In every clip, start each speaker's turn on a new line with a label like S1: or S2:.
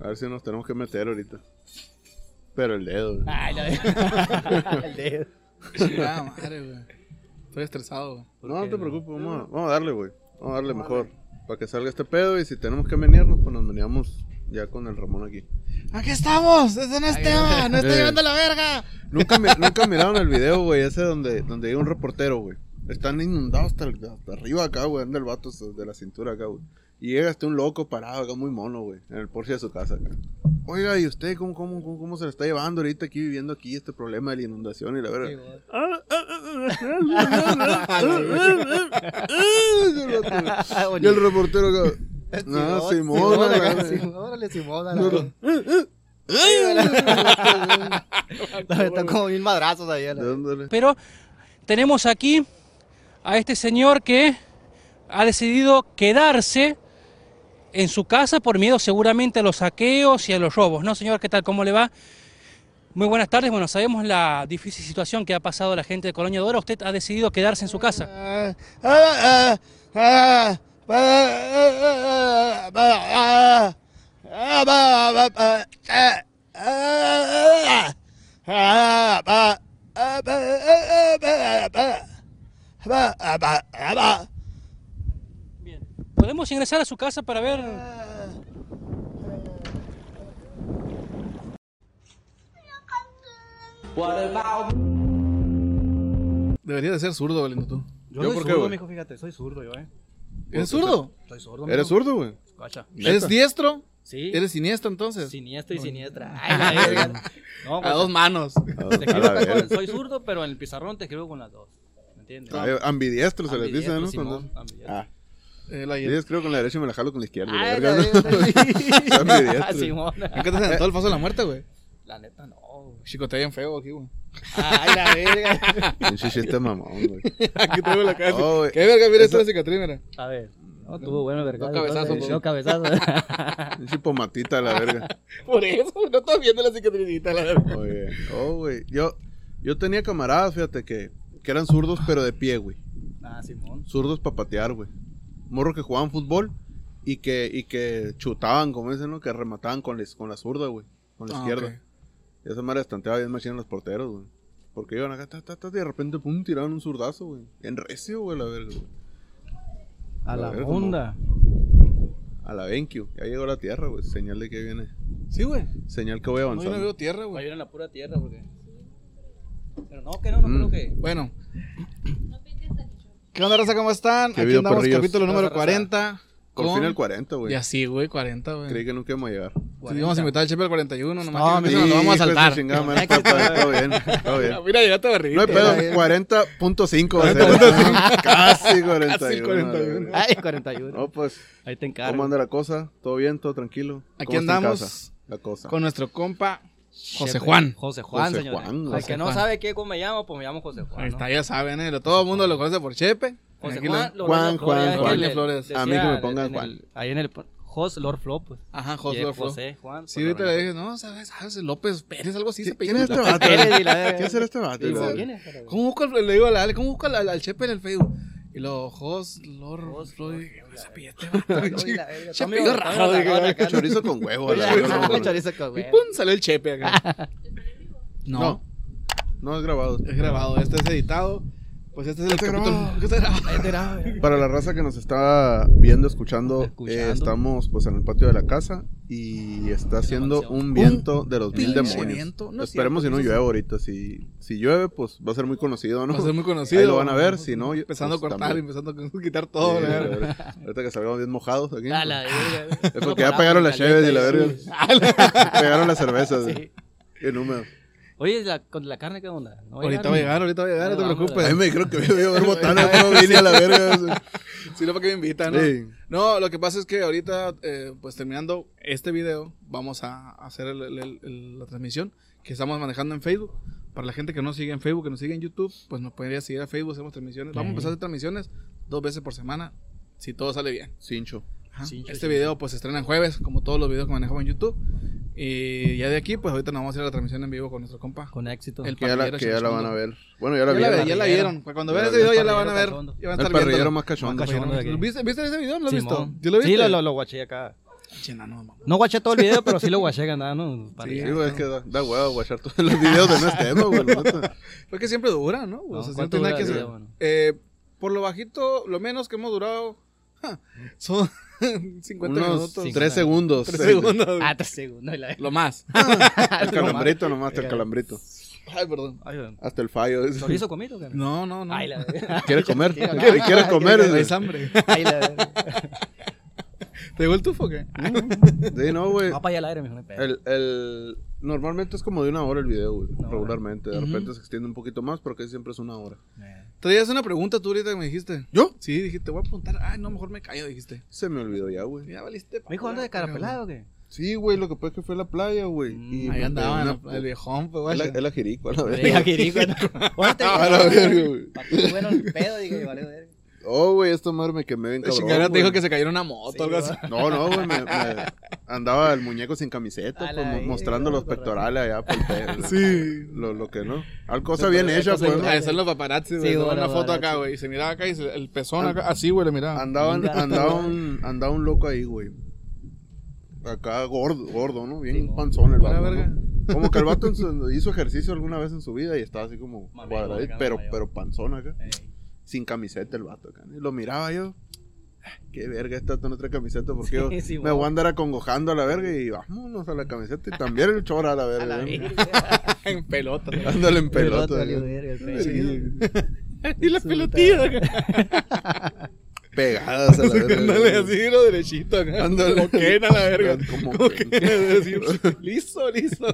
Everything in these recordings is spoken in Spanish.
S1: A ver si nos tenemos que meter ahorita. Pero el dedo. güey.
S2: Ay, la El dedo.
S3: Chingada madre, güey. Estoy estresado, güey.
S1: No, no te preocupes, vamos a, vamos a darle, güey. Vamos a darle mejor. Para que salga este pedo y si tenemos que venirnos, pues nos veníamos ya con el Ramón aquí.
S3: Aquí estamos, ese
S2: este
S3: no es tema, no estoy
S1: Eh.
S3: llevando la verga.
S1: Nunca, mi- nunca miraron el video, güey, ese donde, donde llega un reportero, güey. Están inundados hasta, el- hasta arriba acá, güey, anda el vato hasta de la cintura acá, güey. Y llega hasta un loco parado acá, muy mono, güey, en el Porsche de su casa acá. Oiga, ¿y usted cómo, cómo, cómo, cómo se la está llevando ahorita aquí viviendo aquí este problema de la inundación y la verdad? y el reportero acá. No, Simón, a la verga".
S2: Órale, Simón, a la
S1: No,
S2: verga. Le están como mil madrazos ahí. a la-
S1: Dándole.
S4: Pero tenemos aquí a este señor que ha decidido quedarse en su casa por miedo seguramente a los saqueos y a los robos. ¿No, señor? ¿Qué tal? ¿Cómo le va? Muy buenas tardes. Bueno, sabemos la difícil situación que ha pasado la gente de Colonia de Oro. Usted ha decidido quedarse en su casa.
S3: Ah, ah, ah, ah, ah, ah, ah, ah, ah, ah, ah, ah, ah, ah, ah, ah, ah,
S4: Bien. ¿Podemos ingresar a su casa para ver?
S3: Debería de ser zurdo, Galindo, tú.
S2: Yo,
S1: ¿Yo
S2: soy
S1: por qué,
S2: zurdo,
S1: güey?
S2: mijo, fíjate, soy zurdo yo, eh.
S3: ¿Eres zurdo?
S2: Soy zurdo,
S1: ¿Eres
S2: mijo.
S1: zurdo, güey?
S2: Guacha.
S3: ¿Eres diestro?
S2: Sí.
S3: ¿Eres siniestro entonces?
S2: Siniestro y siniestra. Ay, la verga. No, pues,
S3: A dos manos.
S1: A
S2: Te
S1: la
S2: escribo con,
S1: verga.
S2: soy zurdo, pero en el pizarrón te escribo con las dos. ¿Me entiendes?
S1: Ay, Eh, Ambidiestro Pues, se les dice,
S2: Ambidiestro,
S1: ¿no?
S2: Simón,
S1: Cuando-
S2: ambidiestro.
S1: Ah,
S3: Eh, la-
S1: yo escribo con la derecha y me la jalo con la izquierda. la
S2: Ay,
S1: verga,
S2: la
S1: ¿no?
S2: verga. Ah,
S1: Ambidiestro.
S2: Simón.
S3: ¿En qué te sentó el paso de la muerte, güey?
S2: La neta, no. güey.
S3: Chicotea bien feo aquí, güey.
S2: Ay, la verga.
S1: Pinche chiste mamón, güey.
S3: Aquí tengo la cara.
S1: Oh, güey.
S3: Qué verga, mira
S1: Eso-
S3: esta cicatriz, mira.
S2: A ver. No, tuvo bueno, verga.
S3: Dos cabezazos,
S2: Entonces,
S3: güey.
S2: Dos cabezazos.
S1: Pinche pomatita a la verga.
S3: Por eso, no estás viendo la cicatrizita, la verdad.
S1: Oye. Oh, güey. Yo, yo tenía camaradas, fíjate, que, que eran zurdos, pero de pie, güey.
S2: Ah, Simón.
S1: Zurdos para patear, güey. Morros que jugaban fútbol y que, y que chutaban, como dicen, ¿no? Que remataban con, les- con la zurda, güey. Con la
S3: Ah,
S1: izquierda.
S3: ok.
S1: Y esa madre estanteaba bien machina los porteros, güey. Porque iban acá, ta, ta, ta, y de repente, pum, tiraban un zurdazo, güey. En recio, güey, la verga, güey.
S2: A
S1: A
S2: la
S1: ver,
S2: onda.
S1: A la BenQ. Ya llegó la tierra, güey. Señal de que viene.
S3: Sí, güey.
S1: Señal que voy
S3: No, yo no
S1: avanzando.
S3: veo tierra,
S2: Voy a
S3: güey.
S2: ir en la pura tierra porque. Pero no, que no, no
S1: Mm.
S2: creo que.
S3: Bueno. ¿Qué onda, raza? ¿Cómo están?
S1: ¿Qué
S3: Aquí
S1: video,
S3: andamos,
S1: perrillos?
S3: capítulo número
S2: Raza, raza.
S3: 40.
S1: Por fin el 40, güey.
S3: Ya sí, güey, 40, güey.
S1: Creí que nunca íbamos a llegar.
S3: Sí, vamos a invitar al Chepe al 41, nomás
S2: No,
S3: que
S2: mi
S3: no, lo vamos a
S1: Hijo de su
S3: saltar. Ah,
S1: chingada madre, está- está- Todo bien, todo bien.
S3: Mira, llegaste
S1: No
S3: barriguita.
S1: hay pedo, 40.5 va a ser. Casi 41.
S3: Casi el 41.
S1: güey.
S2: Ay, 41.
S1: No, pues,
S2: Ahí te encargo.
S1: ¿cómo anda la cosa? ¿Todo bien? ¿Todo tranquilo?
S3: Aquí
S1: ¿Cómo está en
S3: andamos
S1: casa? La cosa.
S3: Con nuestro compa José
S2: Chepe.
S3: Juan.
S2: José Juan,
S1: José
S2: señores.
S1: Juan,
S2: Al
S1: José
S2: que no
S3: Juan.
S2: sabe qué, cómo me llamo, pues me llamo José Juan.
S3: Ahí
S2: ¿no?
S3: está, ya saben, ¿eh? Todo el mundo lo conoce por Chepe.
S2: José
S3: Aquí
S2: Juan,
S3: lo-
S2: Lord-
S1: Juan,
S2: Lord-
S1: Juan,
S2: Lord-
S1: Juan.
S2: le- le-
S3: Flores.
S2: decía
S1: A mí que me pongan
S2: en el- Ahí en el. Jos Lord Flop, pues.
S3: Ajá,
S2: Y
S3: José
S2: es
S3: Lord Flo.
S2: José Juan.
S3: Sí, ahorita le dije, no, sabes, sabes, López Pérez, algo así.
S1: ¿Qui-
S3: ese
S1: ¿Quién es
S3: apellido.
S1: este vato?
S2: Pérez y la verga.
S1: ¿Quién será este vato?
S2: Sí,
S1: Y la-
S2: ¿Quién es? Pero, güey,
S3: ¿Cómo busco, al- le digo a la Ale, ¿cómo busco al, al- al Chepe en el Facebook? Y luego, Jos, Lord,
S2: Jos,
S3: Floyd,
S2: Lord,
S3: ¿qué se pide este vato?
S2: Uy, la verga,
S3: Chepe,
S2: está medio
S3: yo raro,
S2: raro,
S3: dije,
S2: raro acá, ¿no?
S1: Chorizo con huevo. la
S2: Chorizo
S1: verga,
S2: con
S1: güey.
S2: chorizo con
S3: Y
S2: huevo.
S3: pum, salió el Chepe acá.
S1: No,
S3: No,
S1: no es grabado.
S3: es grabado, este es editado. Pues este es el
S1: Este
S3: capítulo.
S1: grabado.
S3: ¿Qué será?
S2: Ahí te grabo, güey.
S1: Para la raza que nos está viendo, escuchando,
S2: Escuchando.
S1: eh, estamos pues en el patio de la casa y está haciendo
S2: mansión.
S1: un viento de los mil
S3: pinche
S1: demonios.
S3: viento, no es
S1: Esperemos si
S3: cierto,
S1: no
S3: eso sí.
S1: llueve ahorita. Si, si llueve, pues va a ser muy conocido, ¿no?
S3: Va a ser muy conocido.
S1: Ahí lo van a ver, si no...
S3: Empezando
S1: pues,
S3: a cortar,
S1: también.
S3: empezando a quitar
S1: Sí,
S3: todo. la
S1: la
S3: verga.
S1: verga. Ahorita que salgamos bien mojados aquí. pues,
S2: A la verga, güey.
S1: Es
S2: Todo
S1: porque ya
S2: parado,
S1: pegaron las
S2: caliente
S1: cheves y la
S2: ahí.
S1: verga. pegaron las cervezas.
S2: Sí.
S1: eh. güey. Qué número.
S2: Oye, la, con la carne, ¿qué onda? ¿No
S3: Ahorita va a llegar, ahorita va a llegar, no te
S2: Vamos,
S1: A mí
S3: preocupes.
S1: me dijeron que me iba a ver botana, pero vine a la verga. güey.
S3: Si no, ¿para qué me invitan? no?
S1: Sí.
S3: No, lo que pasa es que ahorita, eh, pues terminando este video, vamos a hacer el- el- el- el- la transmisión que estamos manejando en Facebook. Para la gente que no sigue en Facebook, que nos sigue en YouTube, pues nos podría seguir a Facebook, hacemos transmisiones. Vamos a empezar a hacer transmisiones dos veces por semana, si todo sale bien.
S1: Cincho.
S3: Ajá.
S2: Sí, sí,
S3: este
S2: sí.
S3: video pues se estrena en jueves, como todos los videos que manejamos en YouTube. Y ya de aquí, pues ahorita nos vamos a hacer la transmisión en vivo con nuestro compa.
S2: Con éxito.
S3: El
S1: Que ya, la,
S3: parrillero
S1: que ya la van
S3: cachondo.
S1: a ver. Bueno, ya
S3: Ya
S1: la
S3: la,
S1: vieron.
S3: ve- ya la
S2: vieron.
S3: vieron. Cuando vean
S1: Ya
S3: este
S1: la
S3: video,
S2: vieron.
S3: ya la van a ver.
S2: Cachondo.
S3: Ya van a
S1: El
S3: estar viéndola.
S1: parrillero más cachondo.
S2: Más cachondo.
S3: ¿Viste, ¿Viste ese video? ¿No lo has
S2: Simón.
S3: visto? ¿Yo lo viste?
S2: Sí, lo, lo, lo guaché acá.
S3: Pinche enano, mamá.
S5: No guaché todo el video, pero sí lo guaché ganando.
S3: Sí,
S1: Sí, güey, es que da, da hueva guachar todos los videos de nuestro tema, güey. la neta.
S3: Porque siempre dura, ¿no? O sea,
S5: No,
S3: si no
S5: ¿cuánto
S3: tiene nada
S5: dura
S3: que
S5: el
S3: hacer.
S5: video, bueno?
S3: Eh, por lo bajito, lo menos que hemos durado ja, son 50
S1: Unos
S3: minutos.
S1: tres segundos.
S3: tres segundos. güey.
S5: Ah, tres segundos. la-
S3: Lo más.
S1: El calambrito nomás, hasta el calambrito.
S3: Ay, perdón.
S5: Ay, güey.
S1: Hasta el fallo. dice.
S5: ¿Chorizo comido? güey?
S3: No, no, no.
S5: Ay, la
S1: ¿Quieres comer?
S5: Quiero, no.
S3: Ah,
S1: ¿Quieres comer?
S5: Quiero,
S1: dice.
S3: Es hambre.
S5: Ay, la
S3: ¿Te llegó el tufo o qué?
S1: Sí, no, güey.
S5: Va para allá al aire, mijo. no
S3: pues.
S5: hay pedo.
S1: El, el... Normalmente es como de una hora el video, güey.
S5: Una hora.
S1: regularmente. De
S3: Ujú.
S1: repente se extiende un poquito más, pero que siempre es una hora.
S5: Eh.
S3: Traías una pregunta tú ahorita que me dijiste.
S1: ¿Yo?
S3: Sí, dijiste, voy a apuntar. Ay, no, mejor me callo, dijiste.
S1: Se me olvidó ya, güey.
S3: Ya valiste. pa'
S5: Mijo, ¿andas de cara
S3: creo.
S5: pelada o qué?
S1: Sí, güey, lo que pasa es que fue a la playa, güey.
S5: Mm,
S1: y
S3: Ahí
S1: me
S3: andaba
S1: pegué
S3: en
S1: una
S3: la-
S1: pu-
S3: el viejón, pues,
S1: Es la,
S3: guaya.
S1: es la jirico, a la
S5: Oye,
S1: verga.
S5: aquí, güey. Ponte,
S3: Ah,
S1: A la verga, güey.
S5: Pa' que bueno el pedo, digo, y vale, verga.
S1: Oh, güey, esta madre me quemé bien
S3: La
S1: cabrón,
S3: chingada te dijo
S1: güey.
S3: que se cayó en una moto
S5: Sí,
S3: o algo así.
S1: No, no, güey, me, me- andaba el muñeco sin camiseta,
S5: A
S1: pues,
S5: la
S1: mo-
S5: verga,
S1: mostrando los
S5: con
S1: pectorales allá por el pedo.
S3: Sí.
S1: Lo, lo que no. Al cosa bien hecha,
S5: cosa
S1: pues.
S5: bien
S1: ¿no?
S3: Ah, son los paparazzi, güey.
S5: Sí,
S3: Le
S5: bueno,
S3: toman una foto acá,
S5: paparazzi.
S3: güey. Y se miraba acá y se- el
S1: Ah.
S3: pezón acá, así, güey, le miraba.
S1: Andaba,
S5: Un gato,
S1: andaba,
S5: güey.
S1: un, andaba un loco ahí, güey. Acá gordo, gordo, ¿no? Bien
S5: Sí, mo.
S1: panzón el
S3: Buena
S1: vato. ¿no?
S3: verga.
S1: Como que el vato en su- hizo ejercicio alguna vez en su vida y estaba así como
S5: Mamey,
S1: cuadradito,
S5: acá,
S1: pero,
S5: mayor.
S1: pero panzón acá.
S5: Ey.
S1: Sin camiseta el vato acá. ¿no? Y lo miraba yo. "Ah, Qué verga esta no trae camiseta porque yo
S5: Sí, sí,
S1: me
S5: mo.
S1: voy a andar acongojando a la verga y vámonos a la camiseta y también el chora a la verga.
S5: A la
S1: ¿no?
S5: verga.
S3: en pelota.
S1: Ándale en pelota.
S5: valió
S1: ¿no?
S5: verga el pedo.
S1: Sí,
S3: y las pelotillas acá.
S1: Pegadas a la verga. ¿eh?
S3: Ándale así, lo derechito acá.
S1: Ándale.
S3: Como que en a la verga.
S1: Como
S3: Como
S1: que-
S3: que así, liso, liso.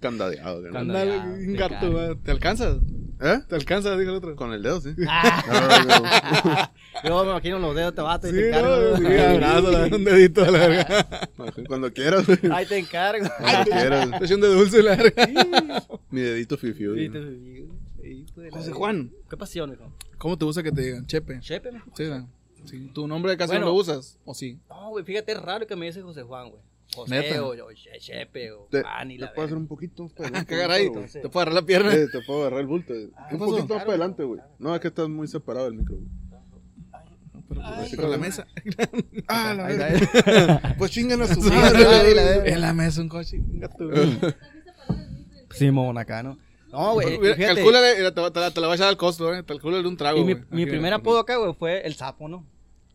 S1: Candadeado. ¿no?
S5: Canda-
S3: Ándale,
S5: ya,
S3: un
S5: te
S3: gato,
S5: cae.
S3: güey. ¿Te alcanzas?
S1: ¿Eh?
S3: ¿Te alcanzas? Dijo el otro.
S1: Con el dedo, sí.
S5: Ah,
S1: No, no,
S5: Yo me imagino los dedos te bato y
S3: Sí,
S5: te encargo.
S3: no, sí, abrazo, le dan un dedito a la verga.
S1: no. Cuando quieras, güey.
S5: Ahí te encargo.
S1: Cuando quieras.
S3: Te echan de dulce la verga.
S1: Mi dedito fifiú.
S5: Sí,
S1: güey.
S5: te- hijo de la
S3: José
S5: verga.
S3: Juan,
S5: ¿Qué pasión, hijo?
S3: ¿cómo te gusta que te digan? Chepe.
S5: Chepe, mijo.
S3: Sí, la- sí, tu nombre casi
S5: Bueno.
S3: no lo usas, ¿o sí?
S5: No, güey, fíjate, es raro que me dice José Juan, güey. José
S3: Neta.
S5: o, o Che- Chepe o
S1: Te,
S5: Juan y
S1: te
S5: Ah, la
S1: puedo hacer
S5: verga.
S1: un poquito. para
S3: Ah,
S1: adelante,
S3: qué caray,
S1: güey.
S5: Sí.
S3: te puedo agarrar la pierna.
S1: Eh, te puedo agarrar el bulto. güey. un
S3: Ah, pasó?
S1: poquito más
S5: Claro,
S1: para adelante, güey. No, es que estás muy separado del micro. güey.
S3: Así con la mesa.
S1: Ah, la
S5: Ahí
S1: verga.
S5: está, eh.
S1: Pues chingan a su
S5: Sí,
S1: madre.
S5: claro, y la
S1: güey.
S5: verga.
S3: En la mesa un coche. un gato.
S5: eh. Simón acá, ¿no? No, güey,
S3: Mira,
S5: fíjate.
S3: calcúlale, mira, te, va- te la, te la voy a echar al costo, eh. Calcúlale un trago.
S5: Y mi,
S3: güey.
S5: mi
S3: Aquí,
S5: primer
S3: aquí.
S5: apodo acá, güey, fue el sapo, ¿no?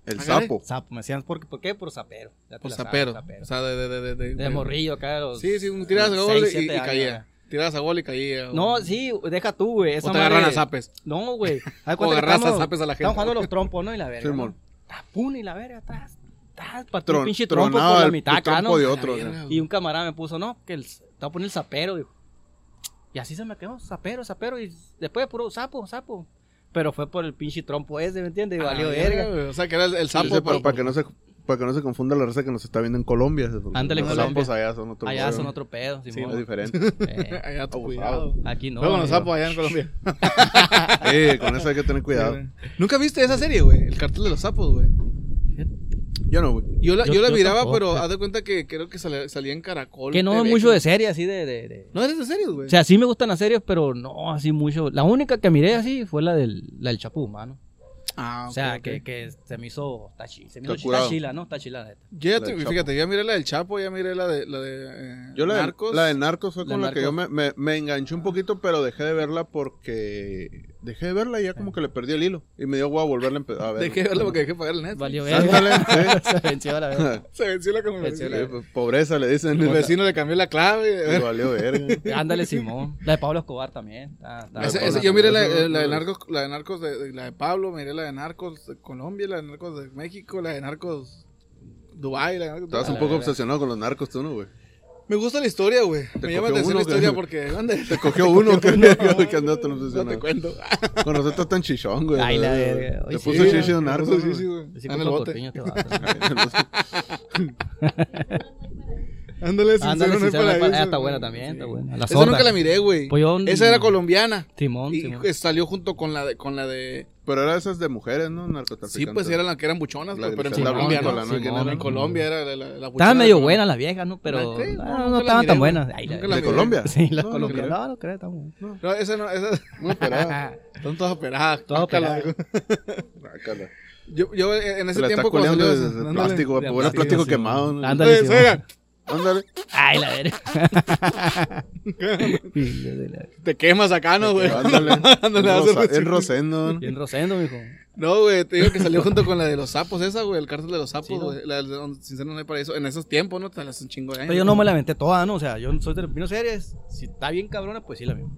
S1: El
S3: Ah, caray.
S1: sapo.
S5: Sapo, me decían, ¿por, qué- por qué? Por sapero. Ya te
S3: Pues
S5: la sabes,
S3: zapero.
S5: sapero.
S3: O sea, de, de, de, de,
S5: De morrillo acá. a Los
S3: Sí, sí, un tiras a
S5: seis,
S3: gol y,
S5: siete
S3: y
S5: años,
S3: caía.
S5: acá.
S3: Tiras a gol y caía. güey.
S5: No, sí, deja tú, güey.
S3: O
S5: esa
S3: te agarran
S5: madre-
S3: a zapes.
S5: No, güey. Haz de
S3: O
S5: cuenta que
S3: agarras a
S5: estamos-
S3: zapes a la gente.
S5: Estamos jugando los trompos, ¿no? Y la verga.
S1: Simón.
S5: ¿no? Tapun y la verga, atrás. Tras, partió un
S1: Tron,
S5: pinche trompo por
S1: tronaba
S5: la
S1: el
S5: mitad acá,
S1: trompo
S5: ¿no?
S1: de otro.
S3: verga.
S1: güey.
S5: Y un camarada me puso, no, que el, te voy a poner el sapero, dijo. Y así se me quedó, sapero, sapero. Y después puro sapo, sapo. Pero fue por el pinche trompo ese, ¿me entiendes? Y valió
S3: Ah,
S5: verga.
S3: güey. O sea, que era el, el
S1: Dice,
S3: sapo.
S1: para,
S3: pero-
S1: para que no se, para que no se confunda la raza que nos está viendo en Colombia. porque
S5: Ándale,
S1: los
S5: Colombia.
S1: sapos allá son otro
S5: Allá
S1: rollo,
S5: son
S1: ¿no?
S5: otro pedo,
S1: Sí, es
S5: Simón.
S1: diferente.
S5: Eh,
S3: Allá tu
S1: Abusado.
S3: cuidado.
S5: aquí no.
S3: Luego los
S5: amigo.
S3: sapos allá en Colombia.
S1: Eh, con eso hay que tener cuidado.
S3: ¿Nunca viste esa serie, güey? El cartel de los sapos, güey.
S1: Yo no, güey.
S3: Yo la, yo,
S5: Yo-
S3: la
S5: yo
S3: miraba,
S5: tampoco.
S3: pero haz de cuenta que creo que salía, salía en Caracol.
S5: Que no
S3: TV,
S5: es mucho
S3: creo.
S5: de serie, así de... de- de-
S3: No eres de series, güey.
S5: O sea, sí me gustan las series, pero no así mucho. La única que miré así fue la del, la del Chapo Humano.
S3: Ah,
S5: o sea,
S3: ok, ok.
S5: que, que se me hizo... Está, chi- se me
S1: Está
S5: hizo chi-
S1: curado.
S5: está chila, ¿no? Está chila, la neta.
S3: Yo ya
S1: La
S3: te-
S1: del
S3: fíjate, ya miré la del Chapo, ya miré la de, la de eh,
S1: Yo la,
S3: Narcos.
S1: De, la de Narcos fue
S5: La
S1: con
S5: de
S1: la que yo me,
S5: Narcos.
S1: me, me enganché un poquito, pero dejé de verla porque... Dejé de verla y ya como que le perdí el hilo. Y me dio guau volverla a empe- a ver.
S3: Dejé de verla porque dejé de pagar el net.
S5: Valió verga.
S1: Ándale, sí.
S5: se venció la verga.
S3: Se venció la
S5: Venció
S3: conversación.
S5: la-
S1: Eh, pues, Pobreza le dicen.
S3: El vecino le cambió la clave. a
S1: Le
S3: ver.
S1: valió verga.
S5: Ándale, Simón. La de Pablo Escobar también. Ah, está
S3: Ese-
S1: Ese-
S3: ese-
S1: Pablo,
S3: yo miré la,
S1: ese-
S3: eh, la de Narcos, la de Narcos de, de- la de Pablo, miré la de Narcos de Colombia, la de Narcos de México, la de Narcos Dubai, la de Narcos Ah,
S1: Estabas un poco obsesionado con los narcos tú, ¿no, güey?
S3: Me gusta la historia, güey. Me llama
S1: cogió
S3: la atención la
S1: uno,
S3: historia
S1: güey.
S3: porque ¿dónde?
S1: Te cogió uno que, que, que andaba tan
S3: No te
S1: obsesionado.
S3: cuento.
S1: Con nosotros tan chichón, güey.
S5: Ay, la
S1: güey.
S5: verga. Hoy
S1: Te
S5: sí,
S1: puso
S5: güey.
S1: chichi de
S3: Narcos,
S1: narcos,
S3: sí, sí,
S1: güey.
S3: güey.
S5: Yo sí
S3: Anda ah, en el
S5: compro
S3: bote.
S5: corpiño este vato.
S3: Ándale,
S5: Ándale,
S3: sincero, no
S5: si
S3: es
S5: se va
S3: para
S5: para- ah,
S3: eso.
S5: Está buena también, está buena. La
S3: Esa nunca
S5: zorra.
S3: la miré, güey.
S5: Pues yo-
S3: Esa era colombiana.
S5: Timón,
S3: Y
S5: Timón.
S3: que salió junto con la de, con la de
S1: Pero era esas de mujeres, ¿no?
S3: sí,
S1: Narcotraficantes.
S3: pues eran las que eran buchonas,
S1: La
S3: pues, pero en
S1: Griselda
S3: Colombia,
S5: Blanco,
S3: ¿no?
S5: la, ¿no?
S3: Sí,
S5: ¿Quién
S3: en
S5: era?
S3: Colombia era la, la, la buchona
S5: Estaban medio
S3: de Colombia.
S5: buenas las viejas, ¿no? Pero
S3: creo,
S5: ah,
S3: no,
S5: no,
S3: nunca la
S5: estaban tan
S3: miré,
S5: buenas.
S3: güey.
S5: Ay, la
S3: Nunca la
S1: ¿De
S5: verga.
S1: Colombia?
S5: Sí, las
S1: No, no
S5: colombianas.
S1: creo.
S5: No, no creo, estamos.
S3: No, esa no, esa
S1: Muy operada.
S3: están todas operadas.
S5: Todas
S3: Guácala,
S5: operadas.
S3: güey.
S1: Guácala.
S3: Yo, yo eh, en ese
S1: Se la está
S3: tiempo
S1: culeando
S3: salió-
S1: desde
S3: ándale.
S1: plástico, güey,
S5: De
S1: puro
S5: plástico,
S1: plástico
S5: sí,
S1: quemado. ¿no?
S5: Ándale,
S3: Eh,
S5: sí,
S3: oigan,
S1: Ándale.
S5: Ay, la verga.
S3: te quemas acá, ¿no, güey?
S1: Ándale.
S3: Ándale,
S1: Es
S3: hazlo,
S1: rosa- Es
S3: sí.
S1: rosendo. ¿no?
S5: Bien rosendo, mijo.
S3: No, güey, te digo que salió junto con la de los sapos esa, güey, el cártel de los sapos,
S5: Sí, ¿no?
S3: güey. La de donde sincero no hay paraíso. En esos tiempos, ¿no? Te las un chingo de años.
S5: Pero yo no me la aventé toda, ¿no? O sea, yo soy de vino series. Si está bien cabrona, pues sí la veo.